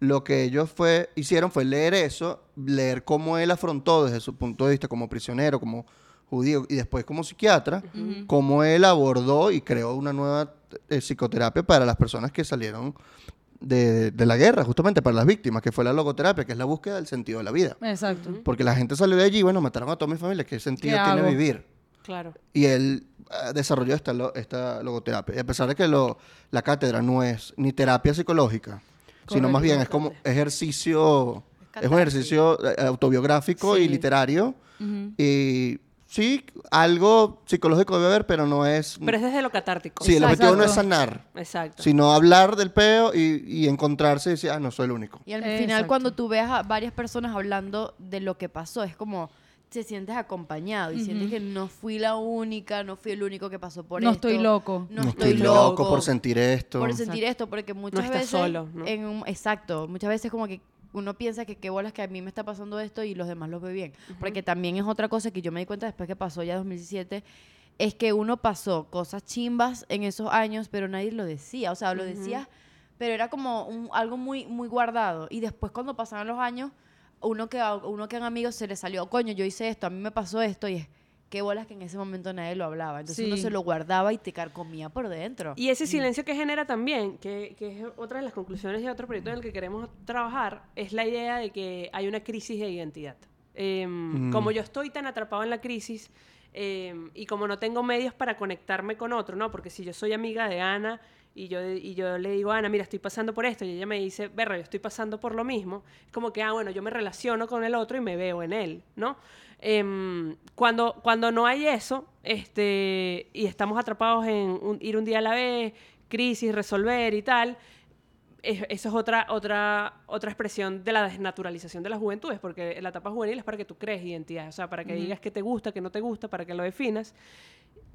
S2: lo que ellos fue, hicieron fue leer eso, leer cómo él afrontó desde su punto de vista como prisionero, como judío y después como psiquiatra, cómo él abordó y creó una nueva eh, psicoterapia para las personas que salieron de, de la guerra, justamente para las víctimas, que fue la logoterapia, que es la búsqueda del sentido de la vida.
S4: Exacto.
S2: Porque la gente salió de allí, bueno, mataron a toda mi familia, ¿qué sentido
S4: ¿Qué
S2: tiene
S4: hago?
S2: vivir?
S3: Claro.
S2: Y él eh, desarrolló esta, lo- esta logoterapia. Y a pesar de que lo, la cátedra no es ni terapia psicológica, sino más bien es como ejercicio, es, un ejercicio eh, autobiográfico y
S3: Sí.
S2: literario. Y sí, algo psicológico debe haber, pero no es...
S3: Pero es desde lo catártico.
S2: sí, el objetivo no es
S4: Exacto.
S2: sanar,
S3: Exacto.
S2: sino hablar del peo y, y encontrarse y decir, ah, no soy el único.
S1: Y al
S4: Exacto.
S1: final, cuando tú veas a varias personas hablando de lo que pasó, es como te sientes acompañado y sientes que no fui la única, no fui el único que pasó por
S4: No
S1: esto.
S4: estoy loco.
S1: No, estoy, loco,
S2: por sentir esto.
S1: por sentir esto, porque muchas
S3: estás
S1: veces
S3: solo, ¿no?
S1: en un- exacto, muchas veces como que uno piensa que qué bolas que a mí me está pasando esto y los demás lo ve bien, porque también es otra cosa que yo me di cuenta después que pasó ya 2017 es que uno pasó cosas chimbas en esos años, pero nadie lo decía, o sea, lo decía, pero era como un- algo muy muy guardado y después cuando pasaban los años uno que a- uno que a un amigo se le salió, coño, yo hice esto, a mí me pasó esto y es qué bolas que en ese momento nadie lo hablaba, entonces uno
S4: Sí.
S1: se lo guardaba y te carcomía por dentro.
S3: Y ese silencio que genera también, que, que es otra de las conclusiones de otro proyecto en el que queremos trabajar, es la idea de que hay una crisis de identidad. Em,
S2: Mm.
S3: Como yo estoy tan atrapado en la crisis em, y como no tengo medios para conectarme con otro, ¿no? Porque si yo soy amiga de Ana y yo, y yo le digo, Ana, mira, estoy pasando por esto, y ella me dice, Berro, yo estoy pasando por lo mismo, es como que, ah, bueno, yo me relaciono con el otro y me veo en él, ¿no? Em, cuando, cuando no hay eso, este, y estamos atrapados en un- ir un día a la vez, crisis, resolver y tal, es- eso es otra, otra, otra expresión de la desnaturalización de las juventudes, porque la etapa juvenil es para que tú crees identidad, o sea, para que digas qué te gusta, qué no te gusta, para que lo definas.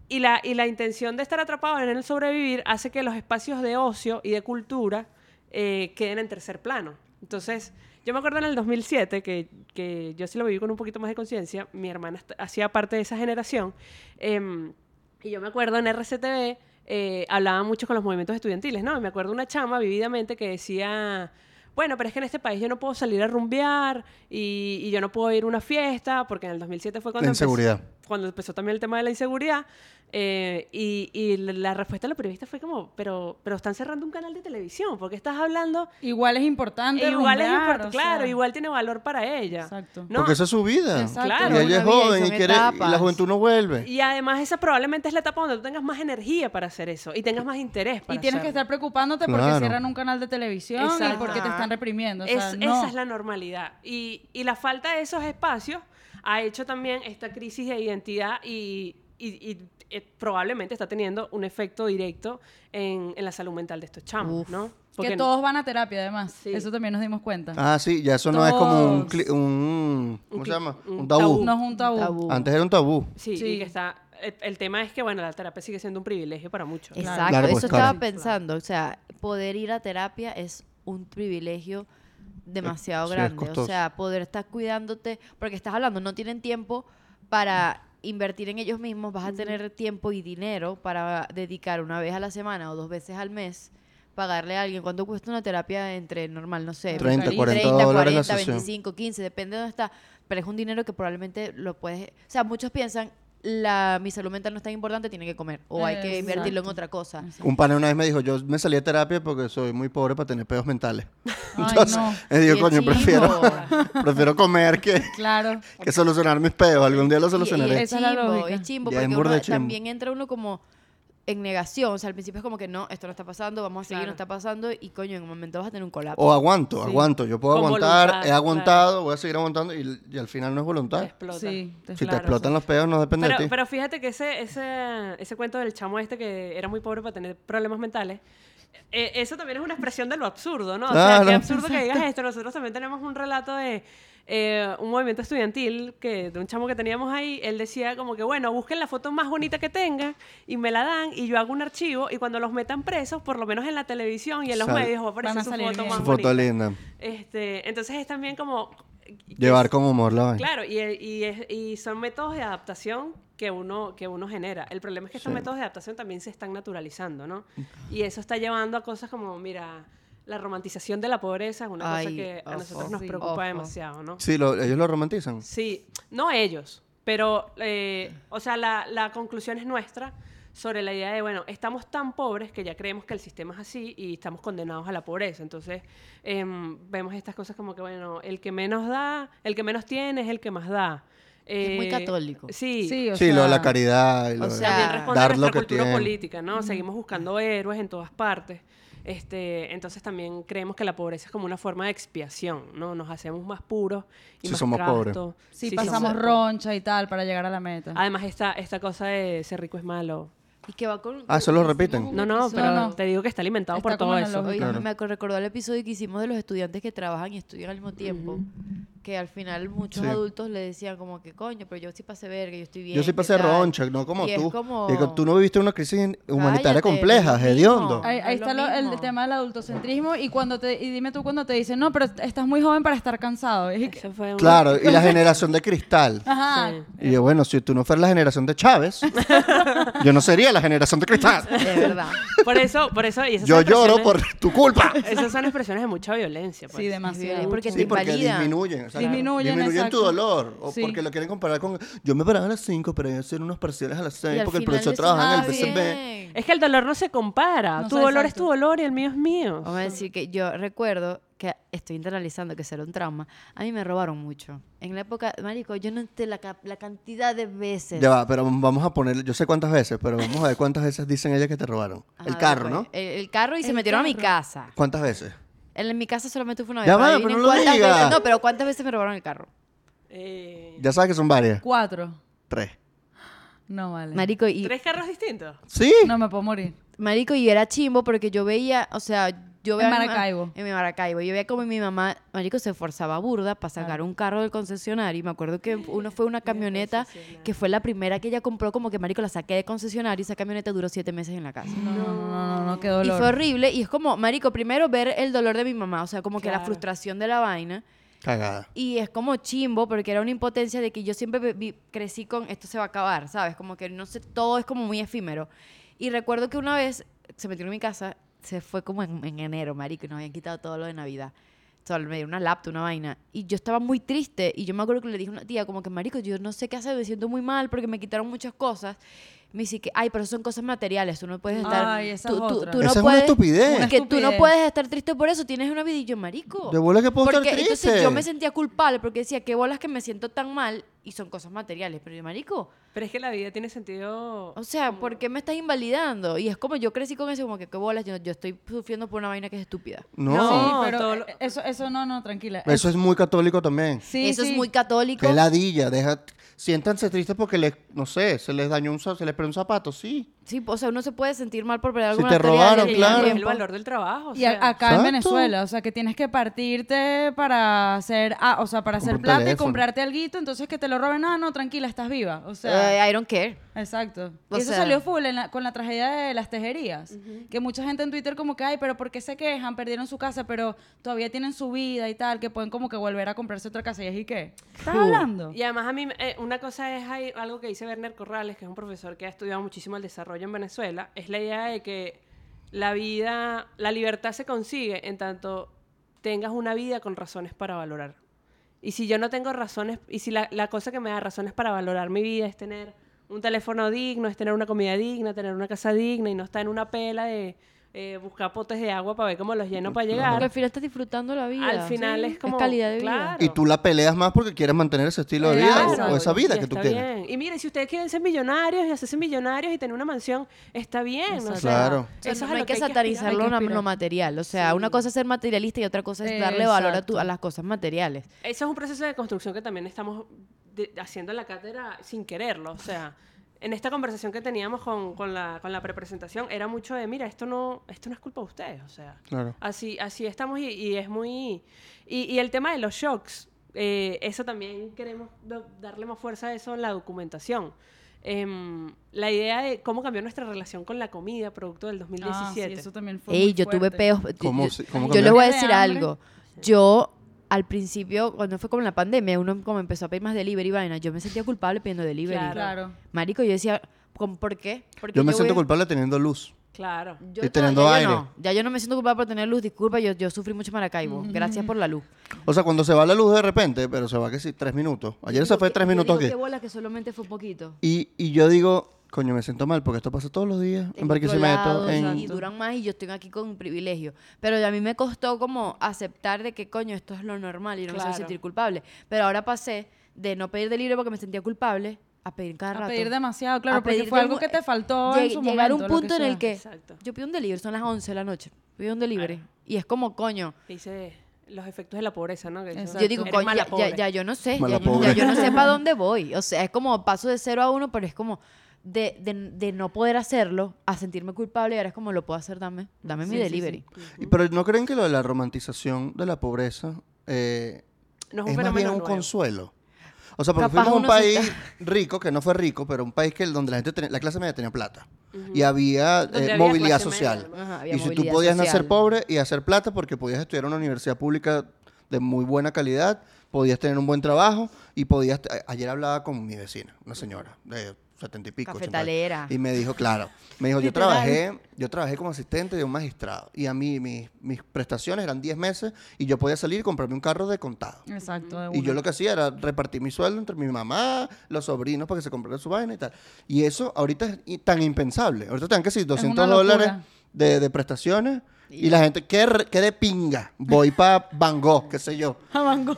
S3: Y la, y la intención de estar atrapado en el sobrevivir hace que los espacios de ocio y de cultura eh, queden en tercer plano. Entonces, yo me acuerdo en el 2007, que, que yo sí lo viví con un poquito más de conciencia, mi hermana est- hacía parte de esa generación, em, y yo me acuerdo en RCTV, eh, hablaba mucho con los movimientos estudiantiles, ¿no? Y me acuerdo una chama vividamente que decía, bueno, pero es que en este país yo no puedo salir a rumbear y, y yo no puedo ir a una fiesta, porque en el 2007 fue cuando...
S2: La
S3: empezó-
S2: inseguridad.
S3: cuando empezó también el tema de la inseguridad, Eh, y, y la- la respuesta de la periodista fue como, pero, pero están cerrando un canal de televisión, porque estás hablando... Eh,
S4: Igual es importante.
S3: E igual es
S4: rumbear,
S3: import-
S4: o
S3: claro,
S4: sea.
S3: igual tiene valor para ella.
S4: Exacto.
S3: ¿no?
S2: Porque esa es su vida.
S4: Exacto.
S3: Claro,
S2: y ella es
S1: una vida,
S2: joven y,
S1: son
S2: quiere, y la
S1: etapas.
S2: juventud no vuelve.
S3: Y además esa probablemente es la etapa donde tú tengas más energía para hacer eso y tengas más interés para
S4: Y tienes que estar
S3: hacerlo.
S4: preocupándote porque
S2: Claro.
S4: cierran un canal de televisión y
S3: Exacto.
S4: porque te están reprimiendo. O sea,
S3: Es-
S4: no.
S3: Esa es la normalidad. Y, y la falta de esos espacios ha hecho también esta crisis de identidad y, y- y, eh, probablemente está teniendo un efecto directo en, en la salud mental de estos chamos,
S1: Uf.
S3: ¿no?
S4: Que todos van a terapia, además.
S3: Sí.
S4: Eso también nos dimos cuenta.
S2: Ah, sí, ya eso no es como un, cli-
S4: Todos.
S2: un ¿cómo
S3: Un
S2: se
S3: cli-
S2: llama?
S3: un
S2: Un tabú.
S3: tabú.
S4: No es un tabú.
S1: Tabú.
S2: Antes era un tabú.
S3: Sí,
S4: Sí.
S3: y que está... El, el tema es que, bueno, la terapia sigue siendo un privilegio para muchos.
S1: Exacto,
S2: Claro,
S1: eso
S2: pues, claro.
S1: estaba pensando. O sea, poder ir a terapia es un privilegio demasiado
S2: sí, es
S1: grande. o
S2: costoso.
S1: sea, poder estar cuidándote, porque estás hablando, no tienen tiempo para invertir en ellos mismos, vas a tener tiempo y dinero para dedicar una vez a la semana o dos veces al mes, pagarle a alguien. ¿Cuánto cuesta una terapia entre normal, no sé,
S2: 30,
S4: 40
S2: dólares la sesión.
S1: 25, 15, depende de dónde está, pero es un dinero que probablemente lo puedes, o sea, muchos piensan la, mi salud mental no es tan importante, tiene que comer o hay que invertirlo en
S4: Exacto.
S1: otra cosa.
S2: Un pana una vez me dijo, yo me salí de terapia porque soy muy pobre para tener pedos mentales.
S4: Ay,
S2: *laughs* Entonces,
S4: no.
S2: le digo,
S1: Qué
S2: coño,
S1: chivo".
S2: prefiero, *laughs* prefiero comer que,
S4: Claro.
S2: que solucionar mis pedos. Algún día lo
S1: Y- y
S2: solucionaré.
S1: es
S4: Esa es la
S1: chimbo,
S4: lógica.
S1: es chimbo,
S2: Ya, en
S1: porque
S2: burda
S1: uno
S2: de chimbo.
S1: también entra uno como en negación, o sea, al principio es como que no, esto no está pasando, vamos a seguir,
S3: Claro.
S1: no está pasando, y coño, en un momento vas a tener un colapso.
S2: O aguanto, aguanto. Yo puedo
S3: Con
S2: aguantar,
S3: voluntad,
S2: he aguantado, voy a seguir aguantando y, y al final no es
S3: Te
S2: voluntad.
S3: explota.
S4: Sí, te
S2: si te
S3: claro,
S2: explotan los pedos no depende
S3: Pero,
S2: de ti.
S3: pero fíjate que ese, ese, ese cuento del chamo este que era muy pobre para tener problemas mentales, eh, eso también es una expresión de lo absurdo, ¿no? O sea,
S2: Claro.
S3: qué absurdo que digas esto. Nosotros también tenemos un relato de eh, un movimiento estudiantil que, de un chamo que teníamos ahí. Él decía como que, bueno, busquen la foto más bonita que tengan y me la dan y yo hago un archivo y cuando los metan presos, por lo menos en la televisión y en los
S2: Sal-
S3: medios va a aparecer
S4: Van a
S3: su
S4: salir
S3: foto
S4: bien.
S3: más
S2: Su
S3: bonita.
S2: foto linda.
S3: Este, entonces es también como...
S2: Llevar con humor la vaina.
S3: Claro, y, y, es- y son métodos de adaptación que uno, que uno genera. El problema es que estos
S2: Sí.
S3: métodos de adaptación también se están naturalizando, ¿no? Y eso está llevando a cosas como, mira, la romantización de la pobreza es una
S1: Ay,
S3: cosa que a
S1: ojo,
S3: nosotros nos
S1: sí,
S3: preocupa
S1: ojo.
S3: demasiado, ¿no?
S2: Sí, lo- ellos lo romantizan.
S3: Sí, no ellos, pero, eh, o sea, la, la conclusión es nuestra sobre la idea de, bueno, estamos tan pobres que ya creemos que el sistema es así y estamos condenados a la pobreza. Entonces, em, vemos estas cosas como que, bueno, el que menos da, el que menos tiene es el que más da.
S1: Es muy
S3: Eh,
S1: católico.
S3: Sí,
S4: Sí, o
S2: sí, lo de
S4: sea,
S2: la caridad y lo
S1: o
S2: de
S1: sea,
S3: también responde a
S2: dar lo
S3: nuestra
S2: que
S3: cultura
S2: tiene.
S3: política, ¿no? Seguimos buscando héroes en todas partes. Este, entonces también creemos que la pobreza es como una forma de expiación, ¿no? Nos hacemos más puros y
S2: Si
S3: más
S2: somos pobres.
S3: castos.
S4: Sí,
S3: si
S4: pasamos
S3: somos-
S4: roncha y tal para llegar a la meta.
S3: Además, esta, esta cosa de ser rico es malo.
S1: Y que va con...
S2: Ah, eso lo
S1: hicimos
S2: repiten.
S1: un
S3: No, no,
S1: episodio-
S3: pero
S4: No, no.
S3: te digo que está alimentado
S4: Está
S3: por
S4: como
S3: todo
S4: en la
S3: eso.
S4: lógica.
S1: Oye,
S2: Claro.
S1: me acor- recordó el episodio que hicimos de los estudiantes que trabajan y estudian al mismo tiempo. Que al final muchos
S2: Sí.
S1: adultos le decían como que coño, pero yo sí pasé verga, yo estoy bien.
S2: Yo sí
S1: ¿qué
S2: pasé
S1: tal?".
S2: roncha, no como
S1: Y es
S2: tú.
S1: como-
S2: Digo, tú no viviste una crisis in-
S1: Cállate,
S2: humanitaria compleja,
S1: es lo
S2: hediondo.
S1: mismo.
S4: Ahí, ahí
S1: es lo
S4: está lo- el
S1: mismo.
S4: tema del adultocentrismo y cuando te y dime tú cuando te dicen, "No, pero estás muy joven para estar cansado." Y-
S3: Eso fue un-
S2: Claro, y la generación
S1: *laughs*
S2: de cristal.
S4: Ajá.
S3: Sí.
S2: Y yo, bueno, si tú no fueras la generación de Chávez, yo no sería la generación de
S1: *laughs*
S2: cristal.
S1: De verdad.
S3: Por eso, por eso. y esas
S2: Yo
S3: son
S2: lloro
S1: ¿eh?
S2: por
S3: expresiones-
S1: *laughs*
S2: tu culpa.
S3: *laughs* Esas son expresiones de mucha violencia. pues.
S4: Sí, demasiado.
S1: Porque
S2: Sí,
S1: te
S2: porque
S1: invalidan.
S2: disminuyen. o sea,
S4: Disminuyen, exacto.
S2: tu dolor. O
S4: Sí.
S2: porque lo quieren comparar con. Yo me paraba a las 5 para ir a hacer unos parciales a las 6
S1: Y al
S2: porque el
S1: final
S2: profesor
S1: decís,
S2: trabajaba en
S1: "Ah,
S2: el PCB.
S1: bien".
S3: Es que el dolor no se compara.
S4: No
S3: tu
S4: sé,
S3: dolor es
S4: exacto.
S3: tu dolor y el mío es mío.
S1: Vamos a decir que yo recuerdo que estoy internalizando que será un trauma. A mí me robaron mucho. En la época, Marico, yo no te la, ca- la cantidad de veces.
S2: Ya va, pero vamos a poner. Yo sé cuántas veces, pero vamos a ver cuántas veces dicen ellas que te robaron.
S1: Ajá, pues.
S2: el carro,
S1: después,
S2: ¿no?
S1: El, el carro y se
S4: El
S1: metieron a mi
S4: carro.
S1: casa.
S2: ¿Cuántas veces?
S1: En, en mi casa solamente fue una vez.
S2: Ya
S1: pero
S2: va,
S1: adivinen
S2: pero no lo
S1: cuántas
S2: digas.
S1: veces- no, pero ¿cuántas veces me robaron el carro?
S3: Eh,
S2: Ya sabes que son varias.
S4: Cuatro.
S2: Tres.
S4: No vale.
S1: Marico, y
S3: ¿Tres carros distintos?
S2: ¿Sí?
S4: No me puedo morir.
S1: Marico, y era chimbo porque yo veía, o sea, yo
S4: En
S1: veía. a mi ma-
S4: Maracaibo.
S1: En mi Maracaibo. Yo veía como mi mamá, Marico, se esforzaba burda para sacar un carro del concesionario. Y me acuerdo que uno fue una camioneta que fue la primera que ella compró, como que Marico la saqué de concesionario y esa camioneta duró siete meses en la casa.
S4: No, no, no, no, no, qué
S1: Y
S4: dolor.
S1: fue horrible. Y es como, Marico, primero ver el dolor de mi mamá, o sea, como que la
S3: Claro.
S1: frustración de la vaina.
S2: Cagada.
S1: Y es como chimbo, porque era una impotencia de que yo siempre be- vi- crecí con esto se va a acabar, ¿sabes? Como que no sé, todo es como muy efímero. Y recuerdo que una vez se metieron en mi casa, se fue como en, en enero, marico, y nos habían quitado todo lo de Navidad. O sea, me dieron una laptop, una vaina. Y yo estaba muy triste. Y yo me acuerdo que le dije a una tía, como que, marico, yo no sé qué hacer, me siento muy mal porque me quitaron muchas cosas. Me dice que, ay, pero son cosas materiales, tú no puedes estar.
S4: Ay, esa
S1: tú,
S4: es
S1: tú-
S4: otra.
S1: tú no
S2: Esa es una
S1: puedes-
S2: estupidez. Una
S1: Que tú no
S4: estupidez.
S1: puedes estar triste por eso, tienes una vida y yo, marico.
S2: De bolas que puedo estar
S1: porque, Entonces
S2: triste.
S1: yo me sentía culpable porque decía, qué bolas que me siento tan mal y son cosas materiales. Pero yo, marico,
S3: Pero es que la vida tiene sentido.
S1: o sea, ¿por qué me estás invalidando? Y es como yo crecí con eso, como que qué bolas, yo, yo estoy sufriendo por una vaina que es estúpida.
S2: No,
S3: No.
S4: Sí, pero eh,
S3: todo lo-
S4: eso, eso no, no, tranquila.
S2: eso es muy católico también.
S4: sí,
S1: eso
S4: sí.
S1: es muy católico.
S2: Qué ladilla, deja... Siéntanse tristes porque, les, no sé, se les dañó un, za- se les perdió un zapato, sí.
S1: Sí, o sea, uno se puede sentir mal por perder
S2: Si
S1: alguna
S2: te
S1: autoridad
S2: robaron,
S1: del
S2: claro.
S3: El
S1: tiempo.
S3: valor del trabajo. o
S4: Y a-
S3: sea.
S4: acá
S2: Exacto.
S4: en Venezuela, o sea, que tienes que partirte para hacer, ah, o sea, para hacer
S2: Comprar un
S4: plata y
S2: teléfono.
S4: comprarte alguito, entonces que te lo roben, ah, no, tranquila, estás viva, o sea,
S1: Eh, I don't care.
S4: exacto.
S1: o
S4: y eso
S1: sea-
S4: salió full en la- con la tragedia de las tejerías, que mucha gente en Twitter como que, ay, pero ¿por qué se quejan? Perdieron su casa, pero todavía tienen su vida y tal, que pueden como que volver a comprarse otra casa y es y qué. ¿Estás hablando?
S3: Y además a mí, eh, una cosa es hay algo que dice Werner Corrales, que es un profesor que ha estudiado muchísimo el desarrollo en Venezuela, es la idea de que la vida, la libertad se consigue en tanto tengas una vida con razones para valorar. Y si yo no tengo razones, y si la, la cosa que me da razones para valorar mi vida es tener un teléfono digno, es tener una comida digna, tener una casa digna y no estar en una pela de eh, buscar potes de agua para ver cómo los lleno para
S1: Porque
S3: llegar,
S1: al final estás disfrutando la vida.
S3: al final
S1: Sí.
S3: es como...
S1: calidad de vida.
S3: claro.
S2: Y tú la peleas más porque quieres mantener ese estilo de vida
S4: Claro,
S2: o esa vida
S3: y
S2: que tú
S3: está
S2: quieres.
S3: bien. Y mire, si ustedes quieren ser millonarios y hacerse millonarios y tener una mansión, está bien. o sea,
S2: Claro.
S1: O sea,
S3: eso es a
S1: no
S3: lo
S1: hay que,
S3: aspirar.
S1: satarizar
S4: hay que
S1: lo, na-
S4: aspirar.
S1: lo material. O sea, una cosa es ser materialista y otra cosa es darle valor a, tu- a las cosas materiales.
S3: Eso es un proceso de construcción que también estamos de- haciendo en la cátedra sin quererlo. O sea, en esta conversación que teníamos con, con la, con la prepresentación, era mucho de, mira, esto no, esto no es culpa de ustedes. O sea,
S2: Claro.
S3: así, así estamos y, y es muy... Y, y el tema de los shocks, eh, eso también queremos do- darle más fuerza a eso en la documentación. Em, la idea de cómo cambió nuestra relación con la comida producto del
S4: Ah,
S3: 2017.
S4: sí, eso también fue
S1: Ey,
S4: muy
S1: yo tuve
S4: fuerte.
S1: peos.
S2: ¿Cómo
S1: yo,
S2: se- cómo
S1: yo les
S2: cambiaron?
S1: voy a
S4: ¿De
S1: decir
S4: hambre?
S1: algo. Yo, al principio, cuando fue como la pandemia, uno como empezó a pedir más delivery, vaina. Yo me sentía culpable pidiendo delivery.
S3: Claro.
S4: Claro.
S1: Marico, yo decía, ¿con- ¿por qué? Porque
S2: Yo me
S1: voy
S2: siento
S1: a-
S2: culpable teniendo luz.
S3: Claro.
S4: Mm.
S1: Yo
S2: Y
S1: no,
S2: teniendo
S1: ya yo
S2: aire.
S1: no. Ya yo no me siento culpable por tener luz. Disculpa, yo, yo sufrí mucho en Maracaibo. Gracias por la luz.
S2: O sea, cuando se va la luz de repente, pero se va que sí, tres minutos. Ayer se fue tres minutos aquí.
S1: Qué bolas que solamente fue poquito.
S2: Y, y yo digo, coño, me siento mal porque esto pasa todos los días en Barquisimeto.
S1: otro lado,
S2: En...
S1: Y duran más y yo estoy aquí con un privilegio. Pero a mí me costó como aceptar de que coño, esto es lo normal y no me
S3: Claro.
S1: sé sentir culpable. Pero ahora pasé de no pedir delivery porque me sentía culpable a pedir cada
S4: A
S1: rato.
S4: pedir demasiado, claro,
S1: A
S4: porque
S1: pedir
S4: fue
S1: de
S4: algo
S1: mu-
S4: que te faltó en
S1: Lleg-
S4: su
S1: Llegar a
S4: momento,
S1: un
S4: lo
S1: punto en el
S4: sea.
S1: que
S3: Exacto.
S1: yo pido un delivery, son las 11 de la noche. Pido un delivery. Y es como coño.
S3: Dice los efectos de la pobreza, ¿no? Que dicen,
S4: Exacto.
S1: Yo digo,
S3: "Eres
S1: coño,
S3: mala
S1: ya, ya-
S3: pobre".
S1: ya yo no sé,
S2: Mala
S1: ya, yo-
S2: pobre.
S1: ya yo no sé
S3: *laughs*
S1: para dónde voy. O sea, es como paso de cero a uno, pero es como de, de- de no poder hacerlo a sentirme culpable y ahora es como lo puedo hacer, dame, dame mi
S3: Sí, sí,
S1: delivery.
S2: Y- Pero ¿no creen que lo de la romantización de la pobreza eh,
S3: No es un
S2: es más
S3: fenómeno
S2: bien un
S3: nuevo.
S2: consuelo? O sea, porque
S1: Capaz
S2: fuimos a un
S1: uno se
S2: país
S1: está-
S3: *laughs*
S2: rico, que no fue rico, pero un país que donde la gente tenía- la clase media tenía plata. Y había,
S3: Donde
S2: eh,
S3: había
S2: movilidad
S3: clase media,
S2: social.
S3: además.
S1: Ajá, había
S2: y si tú
S1: movilidad
S2: podías
S1: social.
S2: nacer pobre y hacer plata porque podías estudiar en una universidad pública de muy buena calidad, podías tener un buen trabajo y podías... a- Ayer hablaba con mi vecina, una señora de setenta y pico. 80 años,
S1: Cafetalera.
S2: y me dijo, claro, me dijo, yo trabajé, yo trabajé como asistente de un magistrado y a mí mis, mis prestaciones eran 10 meses y yo podía salir y comprarme un carro de contado.
S4: Exacto, de
S2: Y yo
S1: *laughs*
S4: una.
S2: lo que hacía era repartir mi sueldo entre mi mamá, los sobrinos para que se compraran su vaina y tal. Y eso ahorita es i- tan impensable. Ahorita te dan casi 200
S4: una locura.
S2: dólares de, de prestaciones y, la gente, ¿qué, re- qué de pinga? Voy para Van Gogh, qué sé yo,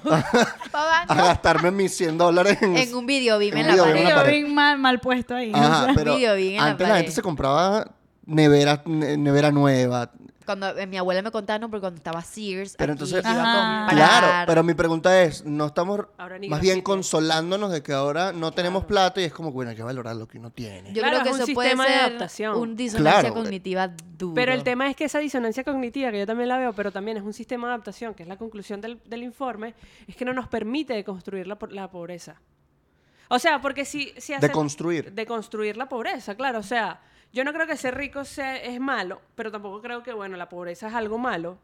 S1: *laughs*
S2: a gastarme mis 100 dólares en,
S1: en un video vive
S2: Ah, pues,
S1: en
S2: en un
S1: la pared.
S2: video, en una
S4: Digo,
S2: pared.
S4: bien mal, mal puesto ahí. o
S2: Ajá,
S4: sea.
S2: pero
S1: video bien en la
S2: antes la gente
S1: pared.
S2: se compraba nevera, ne- nevera nueva.
S1: Cuando eh, mi abuela me contaba, no, porque cuando estaba Sears,
S2: Pero
S1: aquí
S2: entonces-
S1: iba a
S4: Ajá.
S1: comprar.
S2: Claro, pero mi pregunta es, no estamos
S3: Ah. Ahora ni
S2: más bien
S3: grafiteros.
S2: consolándonos de que ahora no tenemos plata y es como, bueno, hay que valorar lo que uno tiene.
S1: Yo
S3: Claro,
S1: creo que
S3: es un
S1: eso puede
S3: sistema de
S1: ser
S3: adaptación.
S1: una disonancia
S2: Claro.
S1: cognitiva dura.
S3: Pero el tema es que esa disonancia cognitiva, que yo también la veo, pero también es un sistema de adaptación, que es la conclusión del, del informe, es que no nos permite construir la, po- la pobreza. O sea, porque si... si hace-
S2: Deconstruir.
S3: De construir la pobreza, claro. O sea, yo no creo que ser rico sea, es malo, pero tampoco creo que, bueno, la pobreza es algo malo.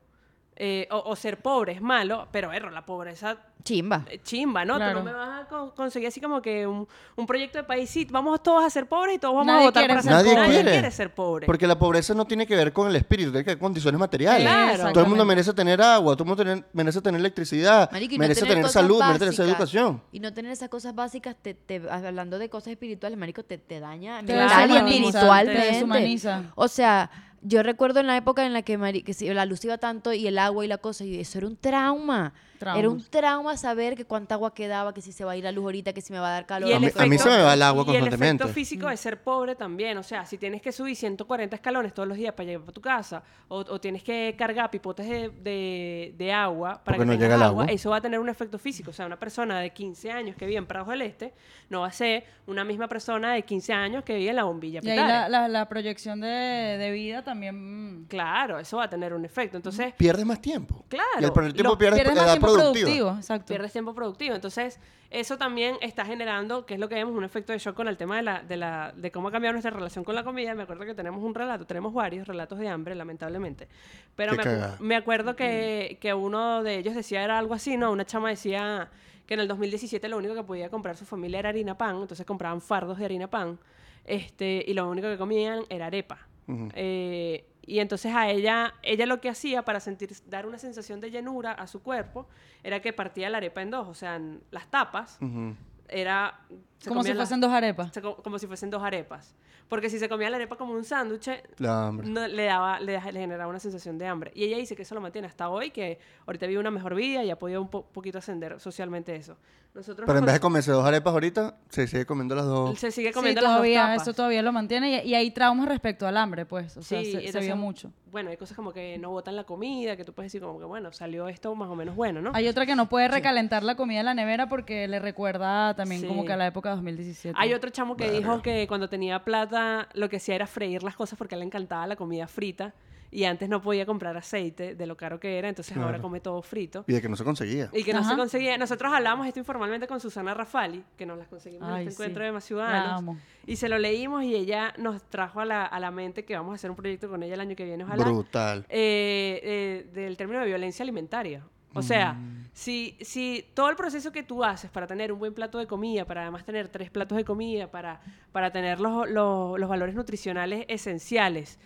S3: eh, o, o ser pobre es malo, pero erro, la pobreza
S1: Chimba.
S3: eh, chimba, ¿no? Tú
S4: Claro.
S3: no me vas a con- conseguir así como que un, un proyecto de país, sí, vamos todos a ser pobres y todos vamos
S4: Nadie
S3: a votar
S4: quiere
S3: para
S4: ser
S3: ser
S2: Nadie
S3: pobres.
S2: quiere.
S3: Nadie quiere ser pobre.
S2: Porque la pobreza no tiene que ver con el espíritu, tiene que ver con condiciones materiales.
S3: Claro.
S2: Todo el mundo
S4: Exactamente.
S2: merece tener agua, todo el mundo tener- merece tener electricidad,
S1: Marico, y no
S2: merece tener
S1: cosas
S2: salud, merece tener
S1: básicas.
S2: educación.
S1: Y no tener esas cosas básicas, te, te- hablando de cosas espirituales, marico, te, te daña
S4: Te
S1: mental y
S4: deshumaniza,
S1: espiritualmente.
S4: te deshumaniza.
S1: O sea, yo recuerdo en la época en la que, mari- que sí, la luz iba tanto y el agua y la cosa, y eso era un trauma.
S4: Trauma.
S1: Era un trauma saber que cuánta agua quedaba, que si se va a ir la luz ahorita, que si me va a dar calor.
S3: Y
S2: A
S3: el
S2: mí- a mí
S3: efecto-
S2: se me va el agua
S3: y el
S2: constantemente.
S3: efecto físico de ser pobre también. O sea, si tienes que subir 140 escalones todos los días para llegar a tu casa, o, o tienes que cargar pipotes de, de- de agua para
S2: Porque
S3: que
S2: no
S3: tengas
S2: llega el
S3: agua,
S2: agua.
S3: eso va a tener un efecto físico. O sea, una persona de 15 años que vive en Prados del Este no va a ser una misma persona de 15 años que vive en la bombilla.
S4: Y ahí
S3: Petare.
S4: la, la- la proyección de, de vida también. mm,
S3: Claro, eso va a tener un efecto. Entonces,
S2: Pierdes más tiempo.
S3: Claro.
S2: Y al perder tiempo
S3: Lo-
S2: pierdes,
S4: Pierdes
S2: edad
S4: más tiempo
S2: productiva.
S4: productivo, exacto.
S3: pierdes tiempo productivo. Entonces, eso también está generando, que es lo que vemos, un efecto de shock con el tema de, la, de, la, de cómo ha cambiado nuestra relación con la comida. Me acuerdo que tenemos un relato, tenemos varios relatos de hambre, lamentablemente. Pero
S2: Qué
S3: me,
S2: cagada.
S3: acu- me acuerdo que, que uno de ellos decía, era algo así, ¿no? Una chama decía que en el 2017 lo único que podía comprar su familia era harina pan, entonces compraban fardos de harina pan, este, y lo único que comían era arepa.
S2: Ujú.
S3: Eh, y entonces a ella, ella lo que hacía para sentir, dar una sensación de llenura a su cuerpo era que partía la arepa en dos, o sea, en las tapas
S2: Ujú.
S3: era... se
S4: Como si
S3: comían las-
S4: fuesen dos arepas.
S3: se co- como si fuesen dos arepas. Porque si se comía la arepa como un sándwich,
S2: La hambre.
S3: no, le, daba, le, deja- le generaba una sensación de hambre. Y ella dice que eso lo mantiene hasta hoy, que ahorita vive una mejor vida y ha podido un po- poquito ascender socialmente eso. Nosotros
S2: Pero en
S3: nos-
S2: vez de comerse dos arepas ahorita, se sigue comiendo las dos.
S3: se sigue
S4: Sí,
S3: comiendo
S4: todavía,
S3: las dos tapas.
S4: eso todavía lo mantiene. Y, y hay traumas respecto al hambre, pues. O sea,
S3: Sí,
S4: se- se,
S3: entonces,
S4: vio mucho.
S3: Bueno, hay cosas como que no botan la comida, que tú puedes decir como que, bueno, salió esto más o menos bueno, ¿no? Hay,
S4: Hay otra que no puede recalentar la comida en la nevera porque le recuerda también
S3: Sí.
S4: como que a la época de 2017.
S3: otro chamo que dijo que cuando tenía plata lo que hacía era freír las cosas porque a él le encantaba la comida frita y antes no podía comprar aceite de lo caro que era, entonces ahora
S2: Claro.
S3: come todo frito.
S2: Y de que no se conseguía.
S3: Y que no se
S4: Ajá.
S3: conseguía. Nosotros hablábamos esto informalmente con Susana Rafali, que nos las conseguimos en
S4: Ay,
S3: este
S4: sí.
S3: encuentro de más
S4: La
S3: ciudadanos.
S4: amo.
S3: Y se lo leímos y ella nos trajo a la, a la mente que vamos a hacer un proyecto con ella el año que viene, ojalá.
S2: Brutal.
S3: eh, eh, del término de violencia alimentaria. O sea, si, si todo el proceso que tú haces para tener un buen plato de comida, para además tener tres platos de comida, para, para tener los, los- los valores nutricionales esenciales,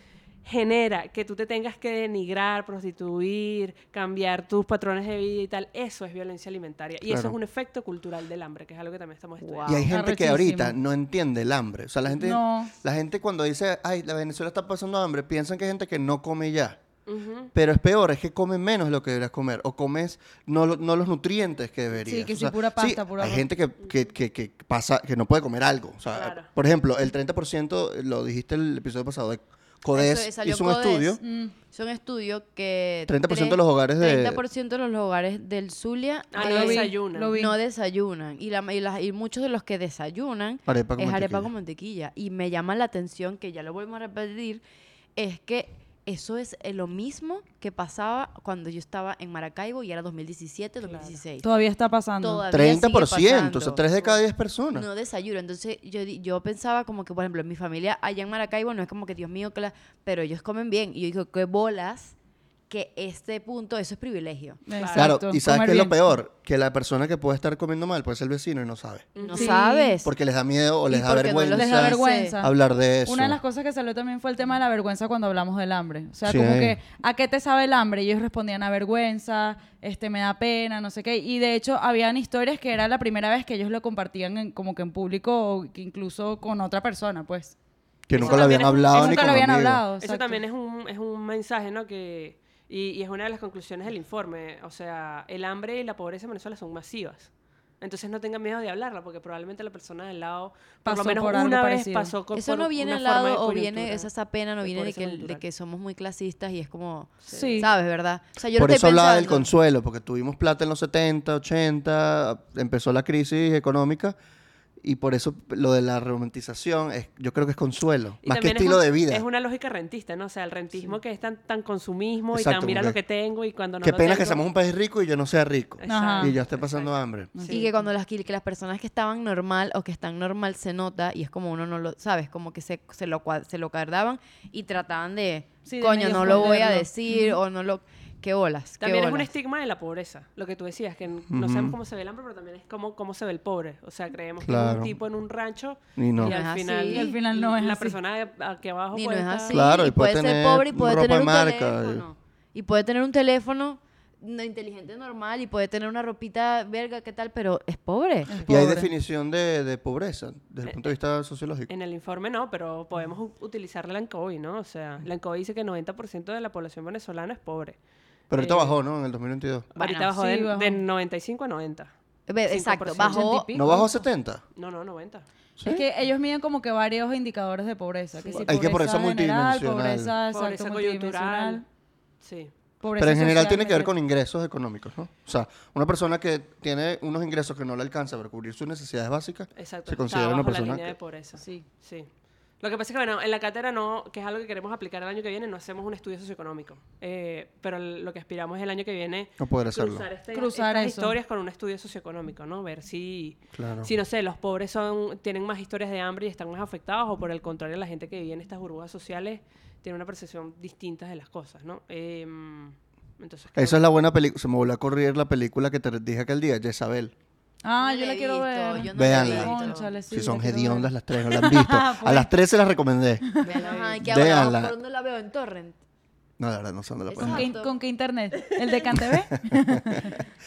S3: genera que tú te tengas que denigrar, prostituir, cambiar tus patrones de vida y tal, eso es violencia alimentaria. Y eso
S2: Claro.
S3: es un efecto cultural del hambre, que es algo que también estamos estudiando.
S1: Wow.
S2: Y hay gente que
S4: Arrechísimo.
S2: ahorita no entiende el hambre. O sea, la gente,
S4: No.
S2: la gente cuando dice, ay, la Venezuela está pasando hambre, piensan que hay gente que no come ya.
S3: Ujú.
S2: Pero es peor, es que comes menos de lo que deberías comer. O comes no, lo- no los nutrientes que deberías.
S4: Sí, que
S2: O
S4: sí,
S2: sea,
S4: pura pasta, pura
S2: Hay
S4: arroz.
S2: gente que, que, que, que pasa, que no puede comer algo. O sea,
S3: Claro.
S2: por ejemplo, el 30%, lo dijiste el episodio pasado, de
S4: eh,
S1: Eso,
S2: CODES
S1: salió
S2: hizo un
S1: CODES.
S2: estudio.
S4: Mm.
S1: Es un estudio que...
S2: 30% de
S1: tres-
S2: los hogares de-
S1: 30% de los hogares del Zulia
S3: Ah,
S1: eh,
S3: no
S4: lo vi,
S3: desayunan.
S4: lo vi.
S1: no desayunan. Y, la, y, las- y muchos de los que desayunan
S2: Arepa con
S1: es
S2: mantequilla.
S1: arepa con mantequilla. Y me llama la atención, que ya lo vuelvo a repetir, es que eso es eh, lo mismo que pasaba cuando yo estaba en Maracaibo y era 2017, 2016.
S4: Todavía está pasando.
S1: Todavía sigue
S2: 30%, o sea,
S1: pasando.
S2: 3 de cada 10 personas.
S1: No desayuno. Entonces yo, di- yo pensaba como que, por ejemplo, en mi familia allá en Maracaibo no es como que, Dios mío, que la- pero ellos comen bien. Y yo digo, qué bolas que este punto, eso es privilegio.
S2: Claro,
S4: Exacto,
S2: y ¿sabes
S4: comer
S2: qué es lo
S4: bien.
S2: peor? Que la persona que puede estar comiendo mal puede ser el vecino y no sabe.
S1: No
S4: Sí.
S1: sabes.
S2: Porque les da miedo o
S1: Y
S2: les da
S1: porque no los
S2: vergüenza,
S4: Les da
S1: Quizás-
S4: vergüenza.
S2: hablar de eso.
S4: Una de las cosas que salió también fue el tema de la vergüenza cuando hablamos del hambre. O sea,
S2: Sí.
S4: como que, ¿a qué te sabe el hambre? Y ellos respondían a vergüenza, este, me da pena, no sé qué. Y de hecho, habían historias que era la primera vez que ellos lo compartían en- como que en público o que incluso con otra persona, pues.
S2: que
S3: Eso
S2: nunca lo habían
S3: también es-
S2: hablado
S3: eso
S2: ni
S4: nunca
S2: con
S4: lo habían
S2: amigos.
S4: hablado.
S3: Eso
S4: exacto.
S3: también es un, es un mensaje, ¿no? Que, y, y es una de las conclusiones del informe. O sea, el hambre y la pobreza en Venezuela son masivas. Entonces no tengan miedo de hablarla, porque probablemente la persona del lado, por lo
S4: Pasó
S3: menos
S4: por algo
S3: una vez
S4: parecido.
S3: pasó co-
S1: Eso
S3: por
S1: no viene
S3: una
S1: al
S3: forma de
S1: lado o
S3: coyuntura.
S1: viene, esa, esa pena no
S3: de
S1: viene de
S3: pobreza
S1: que, de
S3: cultural.
S1: que somos muy clasistas y es como,
S4: Sí.
S1: ¿sabes, verdad? O sea, yo
S2: Por
S1: lo
S2: eso
S1: estoy
S2: hablaba del
S1: pensando.
S2: consuelo, porque tuvimos plata en los 70, 80, empezó la crisis económica y por eso lo de la romantización es, yo creo que es consuelo,
S3: Y
S2: más que
S3: también es
S2: estilo
S3: un-
S2: de vida.
S3: Es una lógica rentista, ¿no? O sea, el rentismo que es tan, tan consumismo y
S2: Exacto,
S3: tan mira
S2: como
S3: lo
S2: que-
S3: que tengo y cuando no
S2: Qué
S3: lo
S2: pena que
S3: tengo".
S2: seamos un país rico y yo no sea rico.
S3: Exacto.
S2: Y yo esté pasando hambre.
S1: Y que cuando las, que las personas que estaban normal o que están normal se nota y es como uno no lo, ¿sabes? Como que se, se lo cua- se lo guardaban y trataban de,
S4: Sí, de
S1: coño,
S4: medio
S1: no lo voy a
S4: esconderlo.
S1: decir o no lo... Qué bolas.
S3: También
S1: qué
S3: es un
S1: bolas.
S3: estigma de la pobreza, lo que tú decías, que n- no sabemos cómo se ve el hambre, pero también es cómo, cómo se ve el pobre. O sea, creemos que es
S2: Claro.
S3: un tipo en un rancho
S2: Y no.
S1: No
S3: y
S1: es
S3: al
S1: así.
S3: final,
S1: Y
S4: al final no es
S3: la
S4: así.
S3: persona aquí abajo
S1: Ni no
S3: puede
S1: es
S3: estar-
S1: así.
S2: Claro,
S1: y
S2: y puede
S1: puede, ser
S2: tener
S1: pobre y puede
S2: ropa
S1: tener
S2: de
S1: un
S2: marca,
S1: teléfono. Y puede tener un teléfono no, inteligente normal y puede tener una ropita verga, ¿qué tal? Pero es pobre.
S4: Es
S2: Y hay
S4: pobre.
S2: definición de, de pobreza desde el punto de vista sociológico.
S3: En el informe no, pero podemos u- utilizar la ANCOI, ¿no? O sea, la ANCOI dice que 90% de la población venezolana es pobre.
S2: Pero ahorita
S3: eh,
S2: bajó, ¿no? En el 2022.
S1: Bueno,
S3: Ahorita bajó
S4: sí,
S3: de,
S4: bajó.
S3: de 95 a 90.
S1: Ve, Exacto,
S3: 5%.
S1: bajó.
S4: Ochenta y
S2: ¿No bajó a 70?
S3: No, no, 90.
S4: Es que ellos miden como que varios indicadores de pobreza.
S3: Sí,
S4: si
S3: sí.
S2: Hay que pobreza
S4: general,
S2: multidimensional.
S4: Pobreza, exacto,
S3: Pobreza coyuntural.
S4: multidimensional,
S3: Sí.
S4: pobreza
S2: Pero en general
S4: social,
S2: tiene que ver
S4: etcétera.
S2: con ingresos económicos, ¿no? O sea, una persona que tiene unos ingresos que no le alcanza para cubrir sus necesidades básicas,
S3: Exacto.
S2: se
S3: está
S2: considera una
S3: bajo la
S2: persona
S3: línea de
S2: que...
S3: pobreza.
S4: Sí.
S3: Sí. Lo que pasa es que, bueno, en la cátedra no, que es algo que queremos aplicar el año que viene, no hacemos un estudio socioeconómico. Eh, pero el- lo que aspiramos el año que viene
S2: No poder hacerlo.
S3: cruzar, este-
S4: Cruzar
S3: estas
S4: eso.
S3: historias con un estudio socioeconómico, ¿no? Ver si,
S2: Claro.
S3: si no sé, los pobres son tienen más historias de hambre y están más afectados o por el contrario, la gente que vive en estas burbujas sociales tiene una percepción distinta de las cosas, ¿no? Em, entonces, creo
S2: Esa es la buena película. Se me volvió a correr la película que te dije aquel día, Jezabel.
S1: No
S4: Ah, yo
S1: la
S4: la
S1: he
S4: quiero
S1: visto,
S4: ver.
S1: yo no
S2: la he Véanla. visto.
S4: Cónchale, sí,
S2: si son
S4: la quiero
S2: hediondas
S4: ver.
S2: las tres, no la han visto. A las tres se las recomendé.
S1: Vean, ajá, que ahora
S2: Véanla.
S1: ¿por dónde la veo en Torrent.
S2: No, la verdad, no sé dónde la
S1: Esa
S2: pueden
S4: ¿Con
S2: ver.
S4: qué,
S1: Exacto.
S4: con qué internet? ¿El de
S2: *laughs*
S4: CanTV?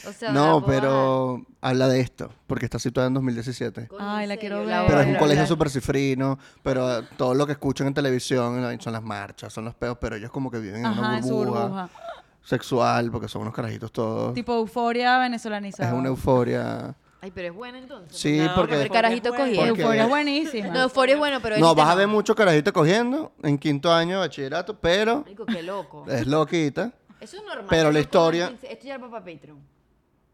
S1: O sea, la
S2: No,
S1: puedo bajar.
S2: pero habla de esto, porque está situada en 2017.
S1: Coño,
S4: Ay,
S1: en
S4: la
S1: serio,
S4: quiero ver.
S2: Pero
S1: voy
S2: es un
S1: a
S2: colegio
S1: ver.
S2: súper cifrino, pero eh, todo lo que escuchan en televisión eh, son las marchas, son los peos, pero ellos como que viven en
S4: Ajá,
S2: una
S4: en su
S2: burbuja
S4: burbuja.
S2: sexual, porque son unos carajitos todos.
S4: Tipo euforia
S2: Es
S4: venezolanizada.
S2: una euforia.
S1: Ay, pero es buena entonces.
S2: Sí,
S3: No,
S2: porque...
S3: pero
S1: El carajito
S3: Porque es
S1: cogiendo.
S2: buena.
S4: Euforia es
S2: porque-
S4: buenísima.
S1: No, euforia es bueno, pero es
S2: No,
S1: un
S2: vas a
S1: tema.
S2: ver mucho carajito cogiendo en quinto año de bachillerato, pero
S1: Marico, qué loco.
S2: es loquita.
S1: Eso es normal.
S2: Pero
S1: que
S2: la
S1: no
S2: historia-
S1: pongan quince- Esto ya va para Patreon.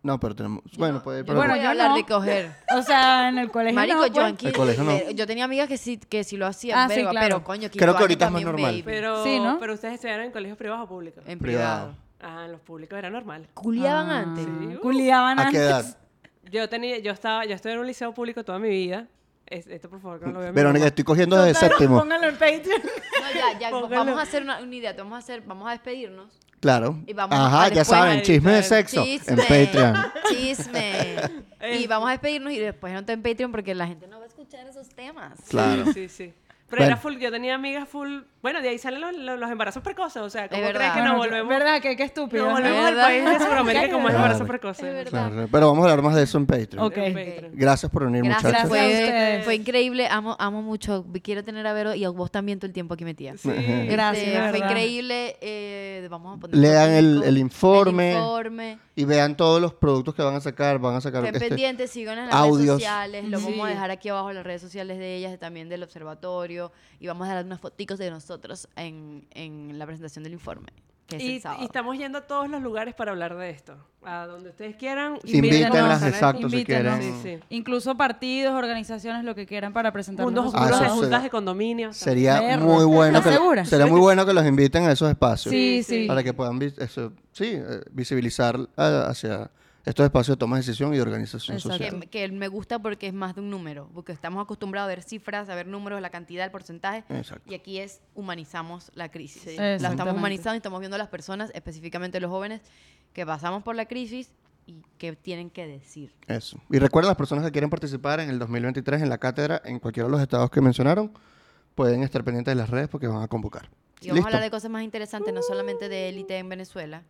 S2: No, pero tenemos... Bueno, puede...
S1: Yo
S2: pero-
S1: no
S4: Bueno,
S1: voy a
S4: yo
S1: hablar
S4: no.
S1: de coger.
S4: O sea, en el colegio
S1: Marico,
S4: no,
S1: yo
S4: pues.
S1: en quinto-
S2: El colegio no.
S1: Yo tenía amigas que sí, que sí lo hacían,
S4: Ah, sí,
S1: verga,
S4: claro.
S1: pero coño, quinto
S2: Creo que
S1: año
S2: ahorita es más
S1: también,
S2: normal.
S1: baby.
S3: Pero,
S4: Sí, ¿no? Em.
S3: pero ustedes estudiaron en colegios privados o públicos.
S1: en privado.
S2: Privado.
S3: Ah, en los públicos era normal.
S1: ¿Culiaban
S4: Ah,
S1: antes?
S3: Sí.
S4: Culiaban
S2: ¿A qué
S4: antes.
S2: edad?
S3: Yo tenía, yo estaba, yo estuve en un liceo público toda mi vida. Es- esto por favor que no lo vean.
S2: Verónica, estoy cogiendo desde
S4: Total,
S2: séptimo.
S4: Pónganlo en Patreon.
S1: No, ya, ya,
S3: Póngalo.
S1: vamos a hacer una, una idea, te vamos a hacer, vamos a despedirnos.
S2: Claro.
S1: Y vamos a
S2: Ajá,
S1: buscar
S2: ya
S1: después
S2: saben,
S3: al-
S2: chisme de
S3: al-
S2: sexo en Patreon.
S4: *laughs*
S1: Chisme.
S4: Eh.
S1: Y vamos a despedirnos y después no en Patreon porque la gente no va a escuchar esos temas.
S2: Claro.
S3: Sí, sí. Pero
S2: Bueno.
S3: era full, yo tenía amigas full. Bueno, de ahí salen los, los- los embarazos precoces. O sea, ¿cómo
S1: Es
S3: crees que
S1: verdad.
S3: nos
S4: Bueno,
S3: Ah, volvemos?
S4: ¿Verdad? que qué estúpido.
S3: Nos volvemos al
S1: verdad.
S3: país de Centroamérica como es
S2: Claro.
S3: embarazo precoz.
S1: Es verdad.
S2: Claro, pero vamos a hablar más de eso en Patreon.
S4: Ok.
S3: En Patreon.
S2: Gracias por venir,
S1: Gracias, pues.
S2: muchachos.
S4: Gracias a
S1: fue,
S4: ustedes.
S1: fue increíble. Amo, amo mucho. Quiero tener a Vero y a vos también todo el tiempo aquí metida.
S3: Sí.
S4: Gracias,
S1: Este,
S4: de
S1: fue
S4: verdad.
S1: increíble. eh, vamos a poner
S2: Lean
S1: fotico,
S2: el- el informe.
S1: el informe.
S2: Y vean todos los productos que van a sacar. Van a sacar
S1: Estén
S2: este-
S1: pendientes, sigan en las redes
S2: audios.
S1: sociales. Lo vamos a
S3: Sí.
S1: dejar aquí abajo en las redes sociales de ellas, también del observatorio. Y vamos a dar unas foticos de nosotros en, en la presentación del informe, que es
S3: Y,
S1: el sábado.
S3: y estamos yendo a todos los lugares para hablar de esto. A donde ustedes quieran.
S2: Sí, invítenlas,
S4: Invítenos,
S2: exacto, si
S4: invítenos.
S2: quieren.
S3: Sí, sí.
S4: Incluso partidos, organizaciones, lo que quieran para presentarnos.
S3: Mundos
S2: Ah, eso
S3: oscuros de
S2: será-
S3: juntas de condominios.
S2: Sería
S4: Perro.
S2: muy bueno
S4: ¿Estás
S2: que
S4: segura?
S2: sería muy bueno que los inviten a esos espacios
S4: Sí,
S3: Sí,
S4: sí.
S2: para que puedan vi- eso, sí, eh, visibilizar ah, hacia estos espacios de toma de decisión y de organización
S4: Exacto.
S2: social.
S1: que, que me gusta porque es más de un número, porque estamos acostumbrados a ver cifras, a ver números, la cantidad, el porcentaje,
S2: Exacto.
S1: y aquí es humanizamos la crisis.
S3: Sí.
S1: La estamos
S4: Exactamente.
S1: humanizando y estamos viendo a las personas, específicamente los jóvenes, que pasamos por la crisis y que tienen que decir.
S2: Eso. Y recuerden las personas que quieren participar en el 2023 en la cátedra en cualquiera de los estados que mencionaron, pueden estar pendientes de las redes porque van a convocar.
S1: Y vamos a hablar de cosas más interesantes, no solamente de élite en Venezuela,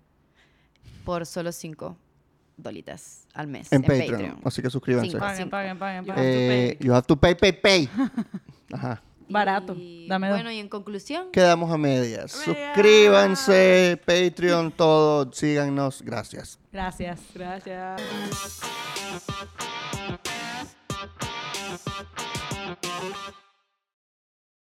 S1: por solo cinco dolitas al mes.
S2: en, Patreon. así que suscríbanse.
S1: Cinco.
S4: Paguen, paguen, paguen.
S3: Yo-
S4: paguen.
S2: Eh, you have to pay, pay, pay. *laughs* Ajá.
S4: Barato.
S1: Y,
S4: Dame dos.
S1: Bueno, y en conclusión,
S2: Quedamos a medias.
S3: A medias.
S2: Suscríbanse, Patreon, todo. Síganos. Gracias.
S4: Gracias.
S3: Gracias.